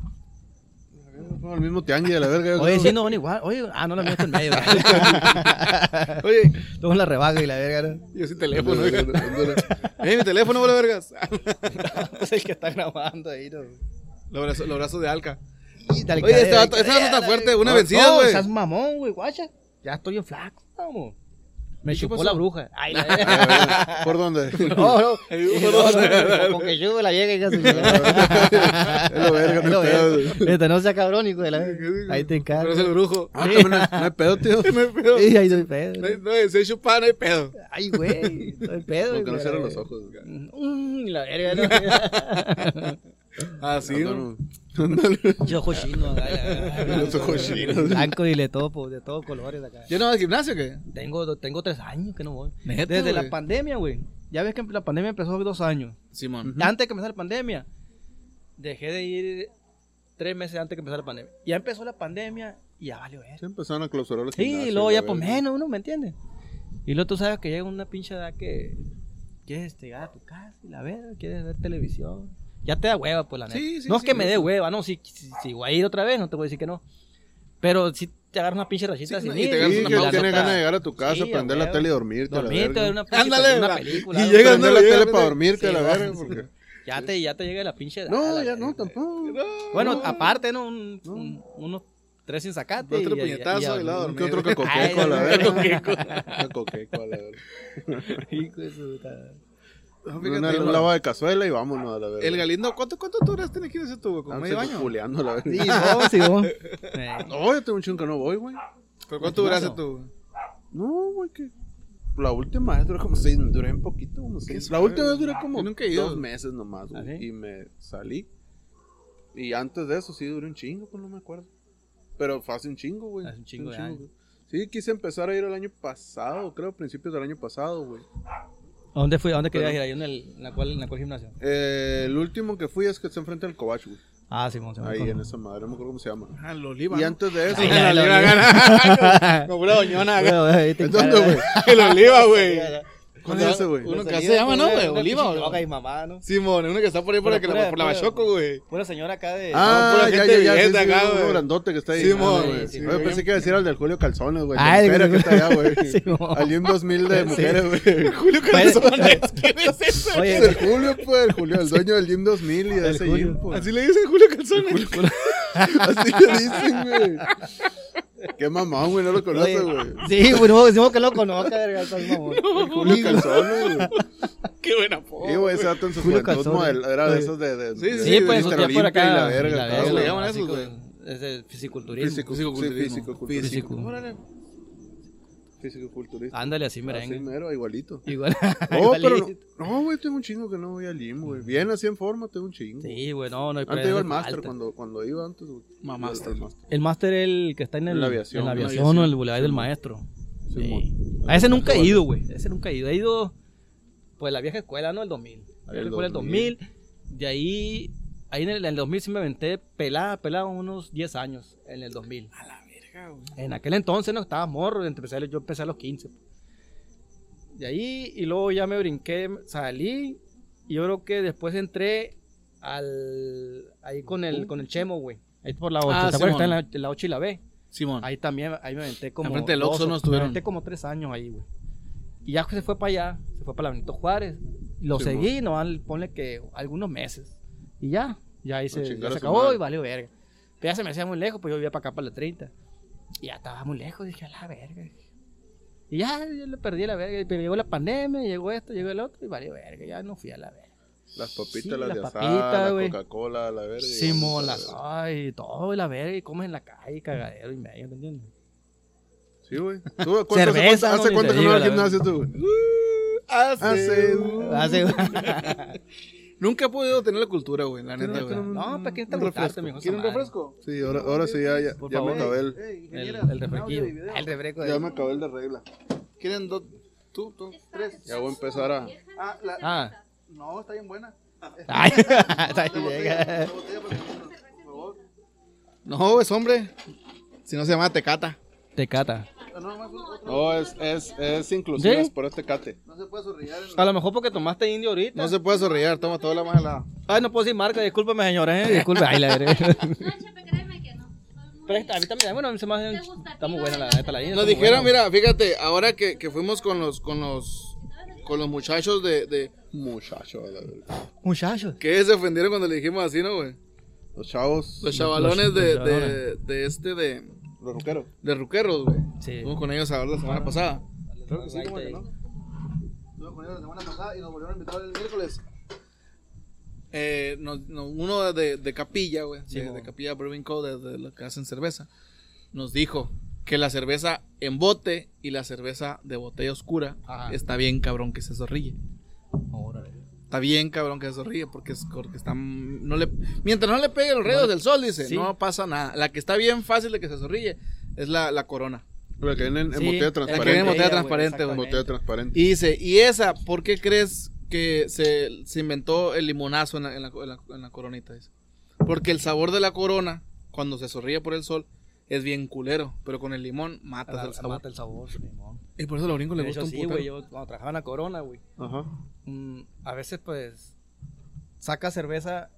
S1: la verga, no, el mismo tianguis de la verga. yo
S5: Oye,
S1: creo,
S5: sí, no, van igual. Oye, ah, no la mía está en medio.
S3: Oye,
S5: Todos la rebaga y la verga. ¿no?
S3: yo sin
S1: güey.
S3: teléfono,
S1: Ándale,
S3: güey.
S1: ándale, ándale.
S3: Eh, mi teléfono, bola vergas.
S5: Es el que está grabando ahí, ¿no?
S3: Los brazos los brazos de Alca.
S5: Y tal
S3: Oye, este
S5: cadera,
S3: vato,
S5: y
S3: ese vato
S5: cadera,
S3: está fuerte, una
S5: No,
S3: vencida,
S5: No,
S3: güey.
S5: estás mamón, güey, guacha. Ya estoy en flaco, vamos. Me
S3: ¿Y qué
S5: chupó
S3: pasó?
S5: la bruja. Ay, la
S1: A
S5: verga.
S1: ver, Ah, ¿Por dónde?
S5: No, no. no, no, Con que yo la vieja y ya se
S1: Es lo verga, no hay pedo.
S5: Este no sea cabrón, hijo de la verga. Ahí te
S3: Pero es el
S5: encargo.
S3: brujo.
S1: Ah, cabrón, no hay pedo, tío.
S3: No hay pedo.
S5: Sí, ahí doy pedo.
S3: No hay- No, hay- se chupa, no hay pedo.
S5: Ay, güey. Doy pedo.
S1: Porque no
S5: güey.
S1: cierran los ojos. güey.
S5: Mm, la verga,
S3: Así,
S1: Ándale,
S5: no. Yo ojo chino, ay, la verga.
S1: Los ojos chinos.
S5: Blanco y le topo, de todos colores acá.
S3: ¿Yo no voy al gimnasio o qué?
S5: Tengo, tengo tres años que no voy.
S3: Neta,
S5: Desde
S3: güey.
S5: la pandemia, güey. Ya ves que la pandemia empezó hace dos años.
S3: Simón.
S5: Antes de que empezara la pandemia, dejé de ir tres meses antes de que empezara la pandemia. Ya empezó la pandemia y ya valió ver.
S1: Se empezaron a clausurar los
S5: Sí, y
S1: gimnasios,
S5: luego
S1: la
S5: ya por
S1: verga.
S5: menos, uno, ¿me entiendes? Y luego tú sabes que llega una pinche edad que quieres este, llegar a tu casa y la verga, quieres ver televisión. Ya te da hueva, pues la neta.
S3: Sí, sí,
S5: no
S3: sí,
S5: es que me
S3: sí.
S5: dé hueva, no, si, si, si voy a ir otra vez, no te voy a decir que no. Pero si te agarras una pinche rachita
S3: Sí,
S5: sin
S3: y
S5: ir,
S3: te agarras
S1: Sí,
S3: una
S1: que
S3: pausa.
S5: la
S1: tienes
S5: neta,
S1: ganas de llegar a tu casa,
S5: Sí,
S1: prender
S5: a
S1: la
S5: huevo.
S1: tele y dormirte. a la
S5: Dormirte,
S1: verga.
S5: ver una, pinche-
S3: Ándale,
S5: una
S3: va.
S5: película.
S3: Y
S5: algo.
S3: llegas,
S1: Prender
S3: no,
S1: la
S3: llega,
S1: tele
S3: no,
S1: para
S3: no.
S1: dormirte a la
S5: Sí,
S1: verga.
S5: no,
S1: porque-
S5: Ya te, ya te llega la pinche edad,
S1: No,
S5: la
S1: ya
S5: verga.
S1: no, tampoco.
S5: Bueno,
S3: No,
S5: aparte, ¿no? Un- un- unos tres sin sacate.
S3: Dos, tres
S5: y- y-
S3: puñetazos y la
S1: ¿Qué
S3: dormida.
S1: otro cocoqueco a la verga? Un coqueco a la verga.
S5: Hijo de su puta.
S3: No, Ah, fíjate,
S1: Una- Un
S3: güey.
S1: lavado de cazuela y vámonos a la verga.
S3: El Galindo, ¿cuánto, cuánto tú horas tienes que ir a ese tubo? ¿Como
S1: Antes
S3: medio año?
S1: Juliando a la
S5: Sí,
S1: verga.
S5: vos, sí, vos. Eh,
S1: No, yo tengo un chingo que no voy, güey.
S3: ¿Pero cuánto duraste tú?
S1: No, güey, que. La última vez duré como seis, duré un poquito, como seis. La última vez duré como
S3: Yo nunca he ido.
S1: dos meses nomás, güey.
S5: ¿Ah, sí?
S1: Y me salí. Y antes de eso sí duré un chingo, pues no me acuerdo. Pero fue hace un chingo, güey.
S5: Hace un chingo de años.
S1: güey. Sí, quise empezar a ir el año pasado, creo, principios del año pasado, güey.
S5: ¿A dónde fui? ¿A dónde querías ir? Ahí en el, en la cual, en la cual gimnasio.
S1: Eh, el último que fui es que se enfrenta al Covach, güey.
S5: Ah, Simón, Simón.
S1: Ahí
S5: con-
S1: en esa madre, no me acuerdo cómo se llama.
S3: Ah, lo oliva.
S1: Y antes de eso,
S5: Ay, ay, la
S3: No, pura doñona. acá.
S5: Bueno, ahí te
S1: ¿en dónde,
S5: encargas.
S1: güey?
S3: El oliva, güey.
S1: ¿Cuál es ese, güey?
S3: Uno que
S5: Salida,
S3: se llama, ¿no,
S5: una-
S3: güey?
S5: una
S3: Oliva,
S5: pinche
S3: ¿o
S5: loca
S3: no?
S5: y mamá, ¿no?
S3: Simón, uno que está por ahí por,
S5: Pura,
S3: la, que la-
S5: pura,
S3: por la
S5: pura.
S3: Bachoco, güey.
S5: Una señora acá de.
S1: Ah,
S3: pura
S1: ya, ya,
S3: gente
S1: ya, sí,
S3: billete
S1: sí,
S3: acá,
S1: uno
S3: güey.
S1: grandote que está ahí.
S3: Sí, mo,
S1: Ah,
S3: güey,
S1: güey.
S3: sí,
S1: Yo
S3: güey.
S1: pensé que iba a decir al del Julio Calzones, güey.
S5: Ah,
S1: Ah,
S5: el
S1: que
S5: Julio-
S1: está allá, güey.
S5: Sí, mo.
S1: Al un 2000 de
S5: Sí.
S1: mujeres, güey.
S3: Julio
S5: Puede-
S3: Calzones. ¿Quién es eso?
S1: Pues
S5: Oye,
S1: El Julio, pues, el Julio, el dueño del Gym 2000 y de
S5: El
S1: ese
S5: Julio.
S1: gym, pues.
S3: Así le dicen Julio Calzones.
S1: Así le dicen, güey. Qué mamón, güey, no lo
S5: oye,
S1: conoces, güey.
S5: Sí, güey, no, decimos que lo conozca, verga, estás mamón.
S1: El Julio Calzones, güey.
S3: Qué buena foto.
S1: Y, güey, ese dato en su
S5: Oh, Julio
S1: juventud
S5: Calzones.
S1: model- era de
S5: Oye.
S1: esos de... de
S3: Sí,
S1: de-
S3: sí,
S5: Sí,
S1: de
S5: pues,
S1: Mr.
S5: ya por
S1: Olimpia
S5: acá.
S1: y la verga,
S5: la
S1: todo,
S5: verga,
S3: le
S1: güey.
S3: llaman
S5: así
S3: esos,
S5: como-
S3: güey.
S5: Es de fisiculturismo.
S1: Físico, sí, físico,
S5: Físico.
S1: físico,
S3: Órale.
S1: físico, culturista.
S5: Ándale así,
S1: Así
S5: merengue.
S1: mero, igualito.
S5: Igual.
S1: Ah, Oh, pero no-
S5: igualito.
S1: no, güey, tengo un chingo que no voy al gym, güey. Bien así en forma, tengo un chingo.
S5: Sí, güey, no, no hay
S1: Antes iba al
S5: no
S1: máster,
S5: falta.
S1: cuando, cuando iba antes, güey.
S3: Mamá,
S1: Al- al máster.
S5: El máster es el que está en, el,
S1: En la aviación,
S5: en la
S1: en la
S5: aviación, o en el Boulevard del Maestro.
S1: Simón.
S5: Sí.
S1: Al
S5: A ese nunca he
S1: Maestro
S5: ido, güey. A ese nunca he ido. He ido, pues, la vieja escuela, ¿no? El 2000. La vieja
S1: El
S5: escuela, el 2000. De ahí, ahí en el, en el 2000 sí me aventé pelada, pelada unos 10 años. En el 2000. A la verga, güey. En aquel entonces, no, estaba morro. empecé a- yo empecé a los 15. De ahí, y luego ya me brinqué, salí. Y yo creo que después entré al, ahí con el, con el Chemo, güey. Ahí por la 8.
S3: Ah,
S5: ¿Te acuerdas que
S3: Simón.
S5: está en la, en la 8 y la B?
S3: Simón.
S5: Ahí también, ahí me aventé como.
S3: Enfrente del
S5: dos
S3: Oxxo
S5: o-
S3: no estuvieron.
S5: Me aventé como tres años ahí, güey. Y ya se fue para allá, se fue para la Benito Juárez. Lo
S1: Sí,
S5: seguí, no ponle que algunos meses. Y ya, ya ahí se,
S1: chingar
S5: ya
S1: a
S5: se
S1: su
S5: acabó
S1: madre.
S5: y valió verga. Pero ya se me hacía muy lejos, pues yo vivía para acá, para la 30. Y ya estaba muy lejos, dije, a la verga. Y ya, yo le perdí la verga. Pero llegó la pandemia, llegó esto, llegó el otro, y valió verga. Ya no fui a la verga.
S1: Las papitas,
S5: Sí,
S1: las
S5: las
S1: de
S5: papitas,
S1: asada, la
S5: güey.
S1: Coca-Cola, la verga. y-
S5: Simón, las ay, todo y la verga, y comes en la calle, cagadero y medio, ¿me entiendes?
S1: Sí, güey. ¿Tú cuánto
S5: Cerveza,
S1: hace
S5: no, ni
S1: cuánto, hace cuánto
S5: te
S1: que no
S5: digo,
S1: vas al
S5: la verga.
S1: gimnasio tú, güey?
S3: Hace.
S1: Hace-
S5: Hace-
S3: Nunca he podido tener la cultura, güey, la neta, güey.
S5: No, ¿para qué te
S3: Un
S5: gustaste,
S3: refresco.
S5: mijo? esa
S3: ¿Quiere un
S5: madre?
S3: refresco?
S1: Sí, ahora, ahora sí, ya, ya,
S5: Por
S1: ya me
S5: favor.
S1: acabé el,
S5: El, el refresquillo. El refresco.
S1: ya me acabé el de regla.
S3: ¿Quieren dos? ¿Tú? ¿Tú? ¿Tres?
S1: Ya voy a empezar a...
S3: Ah, la...
S5: Ah.
S3: No, está bien buena.
S5: Ay,
S3: La botella, la botella, por favor. No, es hombre. Si no se llama Tecata.
S5: Te cata.
S3: No, no, más otro.
S1: No, es, es, es inclusive
S5: ¿Sí?
S1: por este cate.
S3: No se puede sorrillar. en-
S5: A lo mejor porque tomaste indio ahorita.
S3: No se puede sorrillar. Toma toda la mala.
S5: Ay, no puedo decir marca, discúlpeme, señora, eh. Disculpe. Ay, la verga.
S6: No, chepe, créeme que no. Soy muy-
S5: Pero esta, a mí también, bueno, a mí se me hace. Está muy buena la neta, la
S3: Nos dijeron, mira, fíjate, ahora que, que fuimos con los, con los, con los muchachos de, de-
S1: Muchacho, Ah, la verga.
S5: Muchachos.
S3: que se ofendieron cuando le dijimos así, ¿no, güey?
S1: Los chavos,
S3: Los chavalones de,
S5: los
S3: de, de este, de,
S1: los roqueros.
S3: de ruqueros, güey.
S5: Sí.
S3: Fuimos con ellos a ver la semana pasada.
S5: Creo que sí, como que no.
S3: Estuve con ellos la semana pasada y nos volvieron a invitar el miércoles. Eh, nos- no, uno de, de Capilla, güey,
S5: Sí,
S3: de,
S5: mo.
S3: de Capilla Brewing Co., de, de lo que hacen cerveza, nos dijo que la cerveza en bote y la cerveza de botella oscura
S5: Ajá.
S3: está bien cabrón que se zorrille.
S5: Órale.
S3: Está bien cabrón que se zorrille porque, es, porque está, no le, mientras no le pegue los rayos del sol, dice,
S5: Sí.
S3: no pasa nada. La que está bien fácil de que se zorrille es la, la corona.
S1: La que vienen en
S5: Sí,
S1: botella
S5: la que
S3: La que viene
S1: transparente.
S3: en botella
S5: Ella, güey,
S3: transparente, güey.
S1: Botella transparente.
S3: Y dice, ¿y esa por qué crees que se, se inventó el limonazo en la, en la- en la- en la coronita? Dice. Porque el sabor de la corona, cuando se sonríe por el sol, es bien culero, pero con el limón matas el sabor.
S5: Mata el sabor, Simón.
S3: Y por eso a los gringos les
S5: De hecho,
S3: gusta un
S5: sí,
S3: putero.
S5: güey, yo cuando trabajaba en la corona, güey.
S1: Ajá.
S5: mm, a veces pues saca cerveza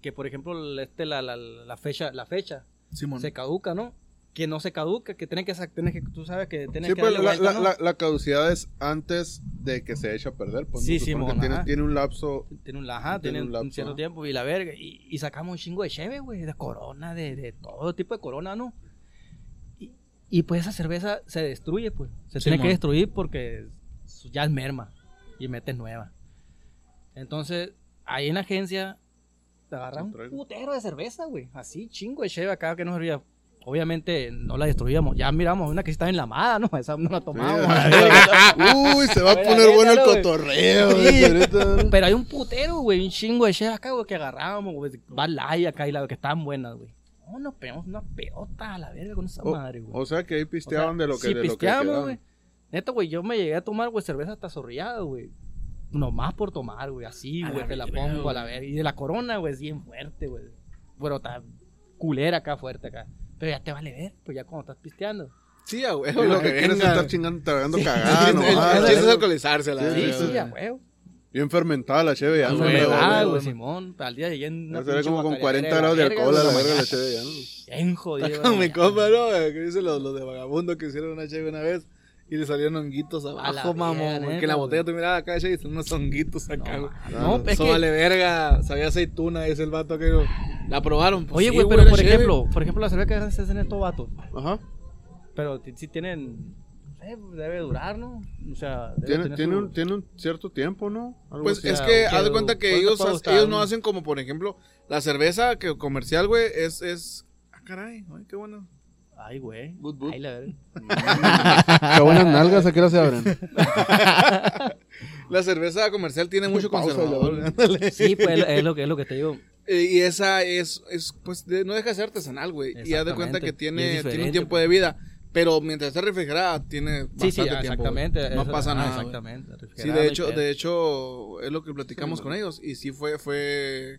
S5: que por ejemplo el- este, la, la- la fecha la fecha
S3: Simón.
S5: se caduca no que no se caduca que tienes que sa- tienes que tú sabes que tienes
S1: Sí,
S5: que
S1: pues la,
S5: darle vuelta,
S1: la-
S5: ¿no?
S1: la- la caducidad es antes de que se eche a perder. Pues,
S5: Sí,
S1: ¿no? Supongo
S5: Simón,
S1: que tiene,
S5: ajá.
S1: tiene un lapso.
S5: tiene un
S1: tiene
S5: ajá, tiene
S1: un
S5: un,
S1: lapso,
S5: cierto
S1: ajá.
S5: tiempo y la verga y, y sacamos un chingo de cheve güey de corona de, de todo tipo de corona no y, y, pues esa cerveza se destruye pues se tiene
S3: Simón.
S5: que destruir porque su- ya es merma y metes nueva entonces ahí en la agencia te agarran un
S1: Traigo.
S5: putero de cerveza, güey. Así, chingo de cheve acá que nos servía. Obviamente no la destruíamos. Ya miramos una que sí estaba enlamada, ¿no? Esa no la tomamos.
S1: Uy, se va a
S5: Oye,
S1: poner bueno el
S5: aviéntalo, güey.
S1: cotorreo.
S5: Sí.
S1: güey, ahorita.
S5: Pero hay un putero, güey. Un chingo de cheve acá, güey, que agarrábamos, güey. Balaya acá y la que estaban buenas, güey. No, nos pegamos una pelota a la verga con esa
S1: O-
S5: madre, güey.
S1: O sea que ahí
S5: O sea,
S1: Oh, pisteaban de lo que
S5: sí,
S1: de lo que
S5: pisteamos,
S1: quedaban.
S5: güey. Neta, güey, yo me llegué a tomar, güey, cerveza hasta zorrillada, güey. Nomás por tomar, güey, así, güey, te la pongo a la verga. Y de la corona, güey, es bien fuerte, güey. bueno, está culera acá, fuerte acá. Pero ya te vale ver, pues ya cuando estás pisteando.
S3: Sí, a
S1: Es
S3: huevo,
S1: lo que
S3: venga.
S1: quieres es estar chingando, tragando cagada,
S3: El- el- El chiste es
S1: nomás.
S3: alcoholizarse, la
S1: Sí,
S5: Ah, Sí,
S3: verga.
S5: sí, a huevo.
S1: Bien fermentada la cheve ya.
S5: Ah,
S1: ¿no?
S3: güey,
S1: Luego,
S5: verdad,
S1: luego,
S5: güey,
S1: luego.
S5: Simón. Al día siguiente.
S1: Ya se ve como con 40 grados de alcohol a la verga la cheve ya, ¿no?
S5: Bien jodido.
S3: Está como
S5: güey.
S3: mi compa, ¿no? Que dicen los, los de vagabundo que hicieron una cheve una vez y le salieron honguitos
S5: la
S3: abajo,
S5: verga,
S3: mamón. güey,
S5: neta,
S3: que en la botella
S5: güey.
S3: tú mirabas acá, che, y son unos honguitos
S5: No,
S3: acá, güey.
S5: ma-
S1: Claro.
S5: no, es
S3: Eso
S5: que.
S3: vale verga, sabía aceituna, dice el vato que no. La probaron. pues,
S5: Oye,
S3: sí,
S5: güey, pero
S3: la
S5: por
S3: cheve.
S5: ejemplo, por ejemplo, la cerveza que hacen en estos vatos.
S1: Ajá.
S5: Pero ti- si tienen. no sé, Debe durar, ¿no? O sea, debe
S1: Tiene,
S5: tener
S1: tiene,
S5: su- eh,
S1: un, tiene un cierto tiempo, ¿no? Algo
S3: Pues
S1: así.
S3: es
S5: sea,
S3: que
S5: ¿qué-
S3: haz de cuenta que
S5: cuánto
S3: ellos,
S5: puede
S3: ha-
S5: gustar?
S3: ellos no hacen como, por ejemplo, la cerveza que comercial, güey, es, es. Ah, caray, ay, qué bueno.
S5: Ay, güey.
S1: But, but.
S5: Ay, la verga.
S1: Qué buenas nalgas, ¿a qué hora se abren?
S3: La cerveza comercial tiene mucho
S1: Pausa,
S3: conservador.
S1: ya,
S3: güey.
S5: Sí, pues es lo, que, es lo que te digo.
S3: Eh, Y esa es, es pues, de- no deja de ser artesanal, güey. Y haz de cuenta
S5: Exactamente.
S3: que
S5: Y
S3: tiene,
S5: es
S3: tiene un
S5: diferente,
S3: tiempo
S5: pues.
S3: de vida. Pero mientras está refrigerada, tiene
S5: Sí,
S3: bastante
S5: sí, ah,
S3: tiempo.
S5: exactamente.
S3: güey. No
S5: eso-
S3: pasa
S5: ah,
S3: nada. güey.
S5: Exactamente.
S3: Sí, de hecho, de hecho, es lo que platicamos con ellos. Y sí fue, fue...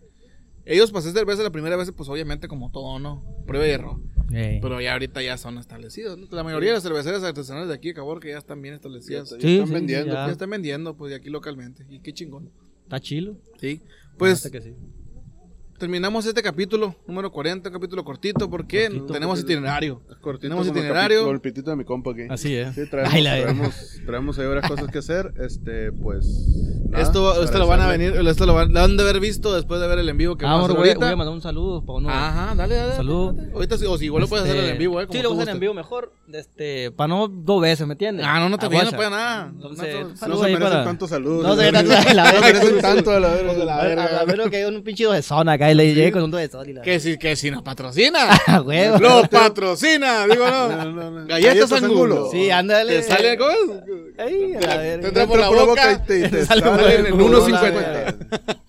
S3: Ellos pasé cerveza la primera vez, pues obviamente como todo, ¿no? Prueba y error.
S5: hecho.
S3: Pero ya ahorita ya son establecidos. ¿no? La mayoría de las cerveceras artesanales de aquí, cabrón, que ya están bien
S1: Ya
S3: establecidas.
S1: está-
S3: Ya,
S1: ya
S5: Sí,
S1: están
S5: sí,
S1: vendiendo.
S5: ya.
S3: están vendiendo, pues, de aquí localmente. Y qué chingón.
S5: Está chilo.
S3: Sí.
S5: Hasta
S3: Pues
S5: que sí.
S3: terminamos este capítulo, número 40, un capítulo cortito, porque
S5: Cortito,
S3: tenemos
S1: porque-
S3: itinerario.
S1: Es cortito
S3: Tenemos
S1: como el
S3: itinerario.
S1: capi- Con el pitito de mi compa aquí.
S5: Así es. eh.
S1: Sí, traemos,
S5: Ay, la verga.
S1: traemos, traemos ahí varias cosas que hacer. Este, pues.
S5: Ah,
S1: nada,
S3: esto, esto lo van a
S1: agradecerle.
S3: venir, esto lo van, lo han de haber visto después de ver el en vivo que
S5: Ah,
S3: vamos a hacer
S5: bueno, güey,
S3: ahorita.
S5: voy a mandar un saludo para uno.
S3: Ajá, dale, dale.
S5: Salud.
S3: dale. Ahorita, sí, o si igual lo puedes hacer
S5: Este,
S3: en vivo, eh. como
S5: Sí, lo
S3: tú
S5: voy a hacer en
S3: gustes.
S5: vivo mejor. Este, para no dos veces, ¿me entiendes?
S3: Ah, no, no te
S5: A
S3: voy, no
S5: guacha.
S3: pega nada.
S5: Entonces,
S3: No te-
S1: No
S5: saludos
S1: se
S5: ahí
S1: merecen
S5: para-
S1: tantos saludos.
S5: No se merecen la
S1: No
S5: verga.
S1: merecen tanto, a la verga.
S5: A a- a menos que hay un pinche de zona acá y le llegué con un de zona y la.
S3: que si, que si nos patrocina.
S5: Ah, huevo.
S3: Lo patrocina, digo no.
S1: No, no, no.
S3: Galletas Angulo.
S5: Sí, ándale.
S3: Te sale algo.
S5: Ay, a la verga.
S1: Te entra por la boca y te, y te
S5: Sale
S1: sale
S5: por el
S1: en
S3: culo,
S1: 1.50.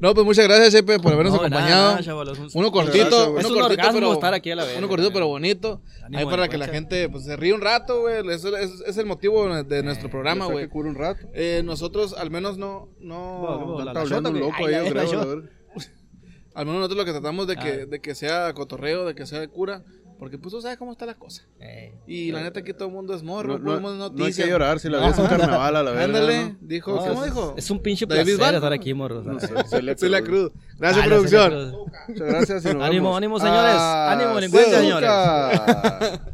S3: No, pues muchas gracias, Chepe, por habernos
S5: No, nada,
S3: acompañado.
S5: nada, chavalos, un-
S3: uno
S1: Gracias,
S3: cortito,
S1: güey.
S5: Es
S3: uno
S5: un
S3: cortito,
S5: orgasmo
S3: pero
S5: estar aquí a la verga,
S3: Uno cortito,
S5: güey.
S3: pero bonito.
S5: Ánimo
S3: Ahí
S5: de
S3: para que la
S5: guacha.
S3: gente pues, se ríe un rato, güey. Eso es, es el motivo
S5: Eh,
S3: de nuestro programa,
S1: Saque
S3: güey.
S1: cura un rato.
S3: Eh, nosotros al menos no, no,
S5: Bueno,
S1: Están
S5: la
S1: cableando
S5: shota,
S1: un
S5: güey.
S1: loco
S5: Ay,
S1: ahí, yo
S5: la
S1: creo.
S5: shota.
S1: la verga.
S3: al menos nosotros lo que tratamos de que,
S5: Ah.
S3: de que sea cotorreo, de que sea de cura, porque pues tú sabes cómo está la cosa.
S5: Eh,
S3: Y la neta aquí todo el mundo es morro,
S1: No,
S3: todo el mundo
S1: no,
S3: es
S1: no hay
S3: noticia.
S1: que llorar si la vida es un carnaval a la verga.
S3: Ándale,
S1: ¿no?
S3: dijo,
S5: no,
S3: ¿cómo
S5: es-
S3: dijo?
S5: Es un pinche
S3: David
S5: placer
S3: Van.
S5: estar aquí, morros.
S1: No sé, se le
S3: Sí, la
S1: cruz.
S3: cruz. Gracias,
S5: Ah, la
S3: producción.
S5: Celia Cruz.
S1: Muchas gracias y nos
S5: Ánimo,
S1: vemos.
S5: ánimo, señores. Ánimo, delincuentes,
S1: Azúcar.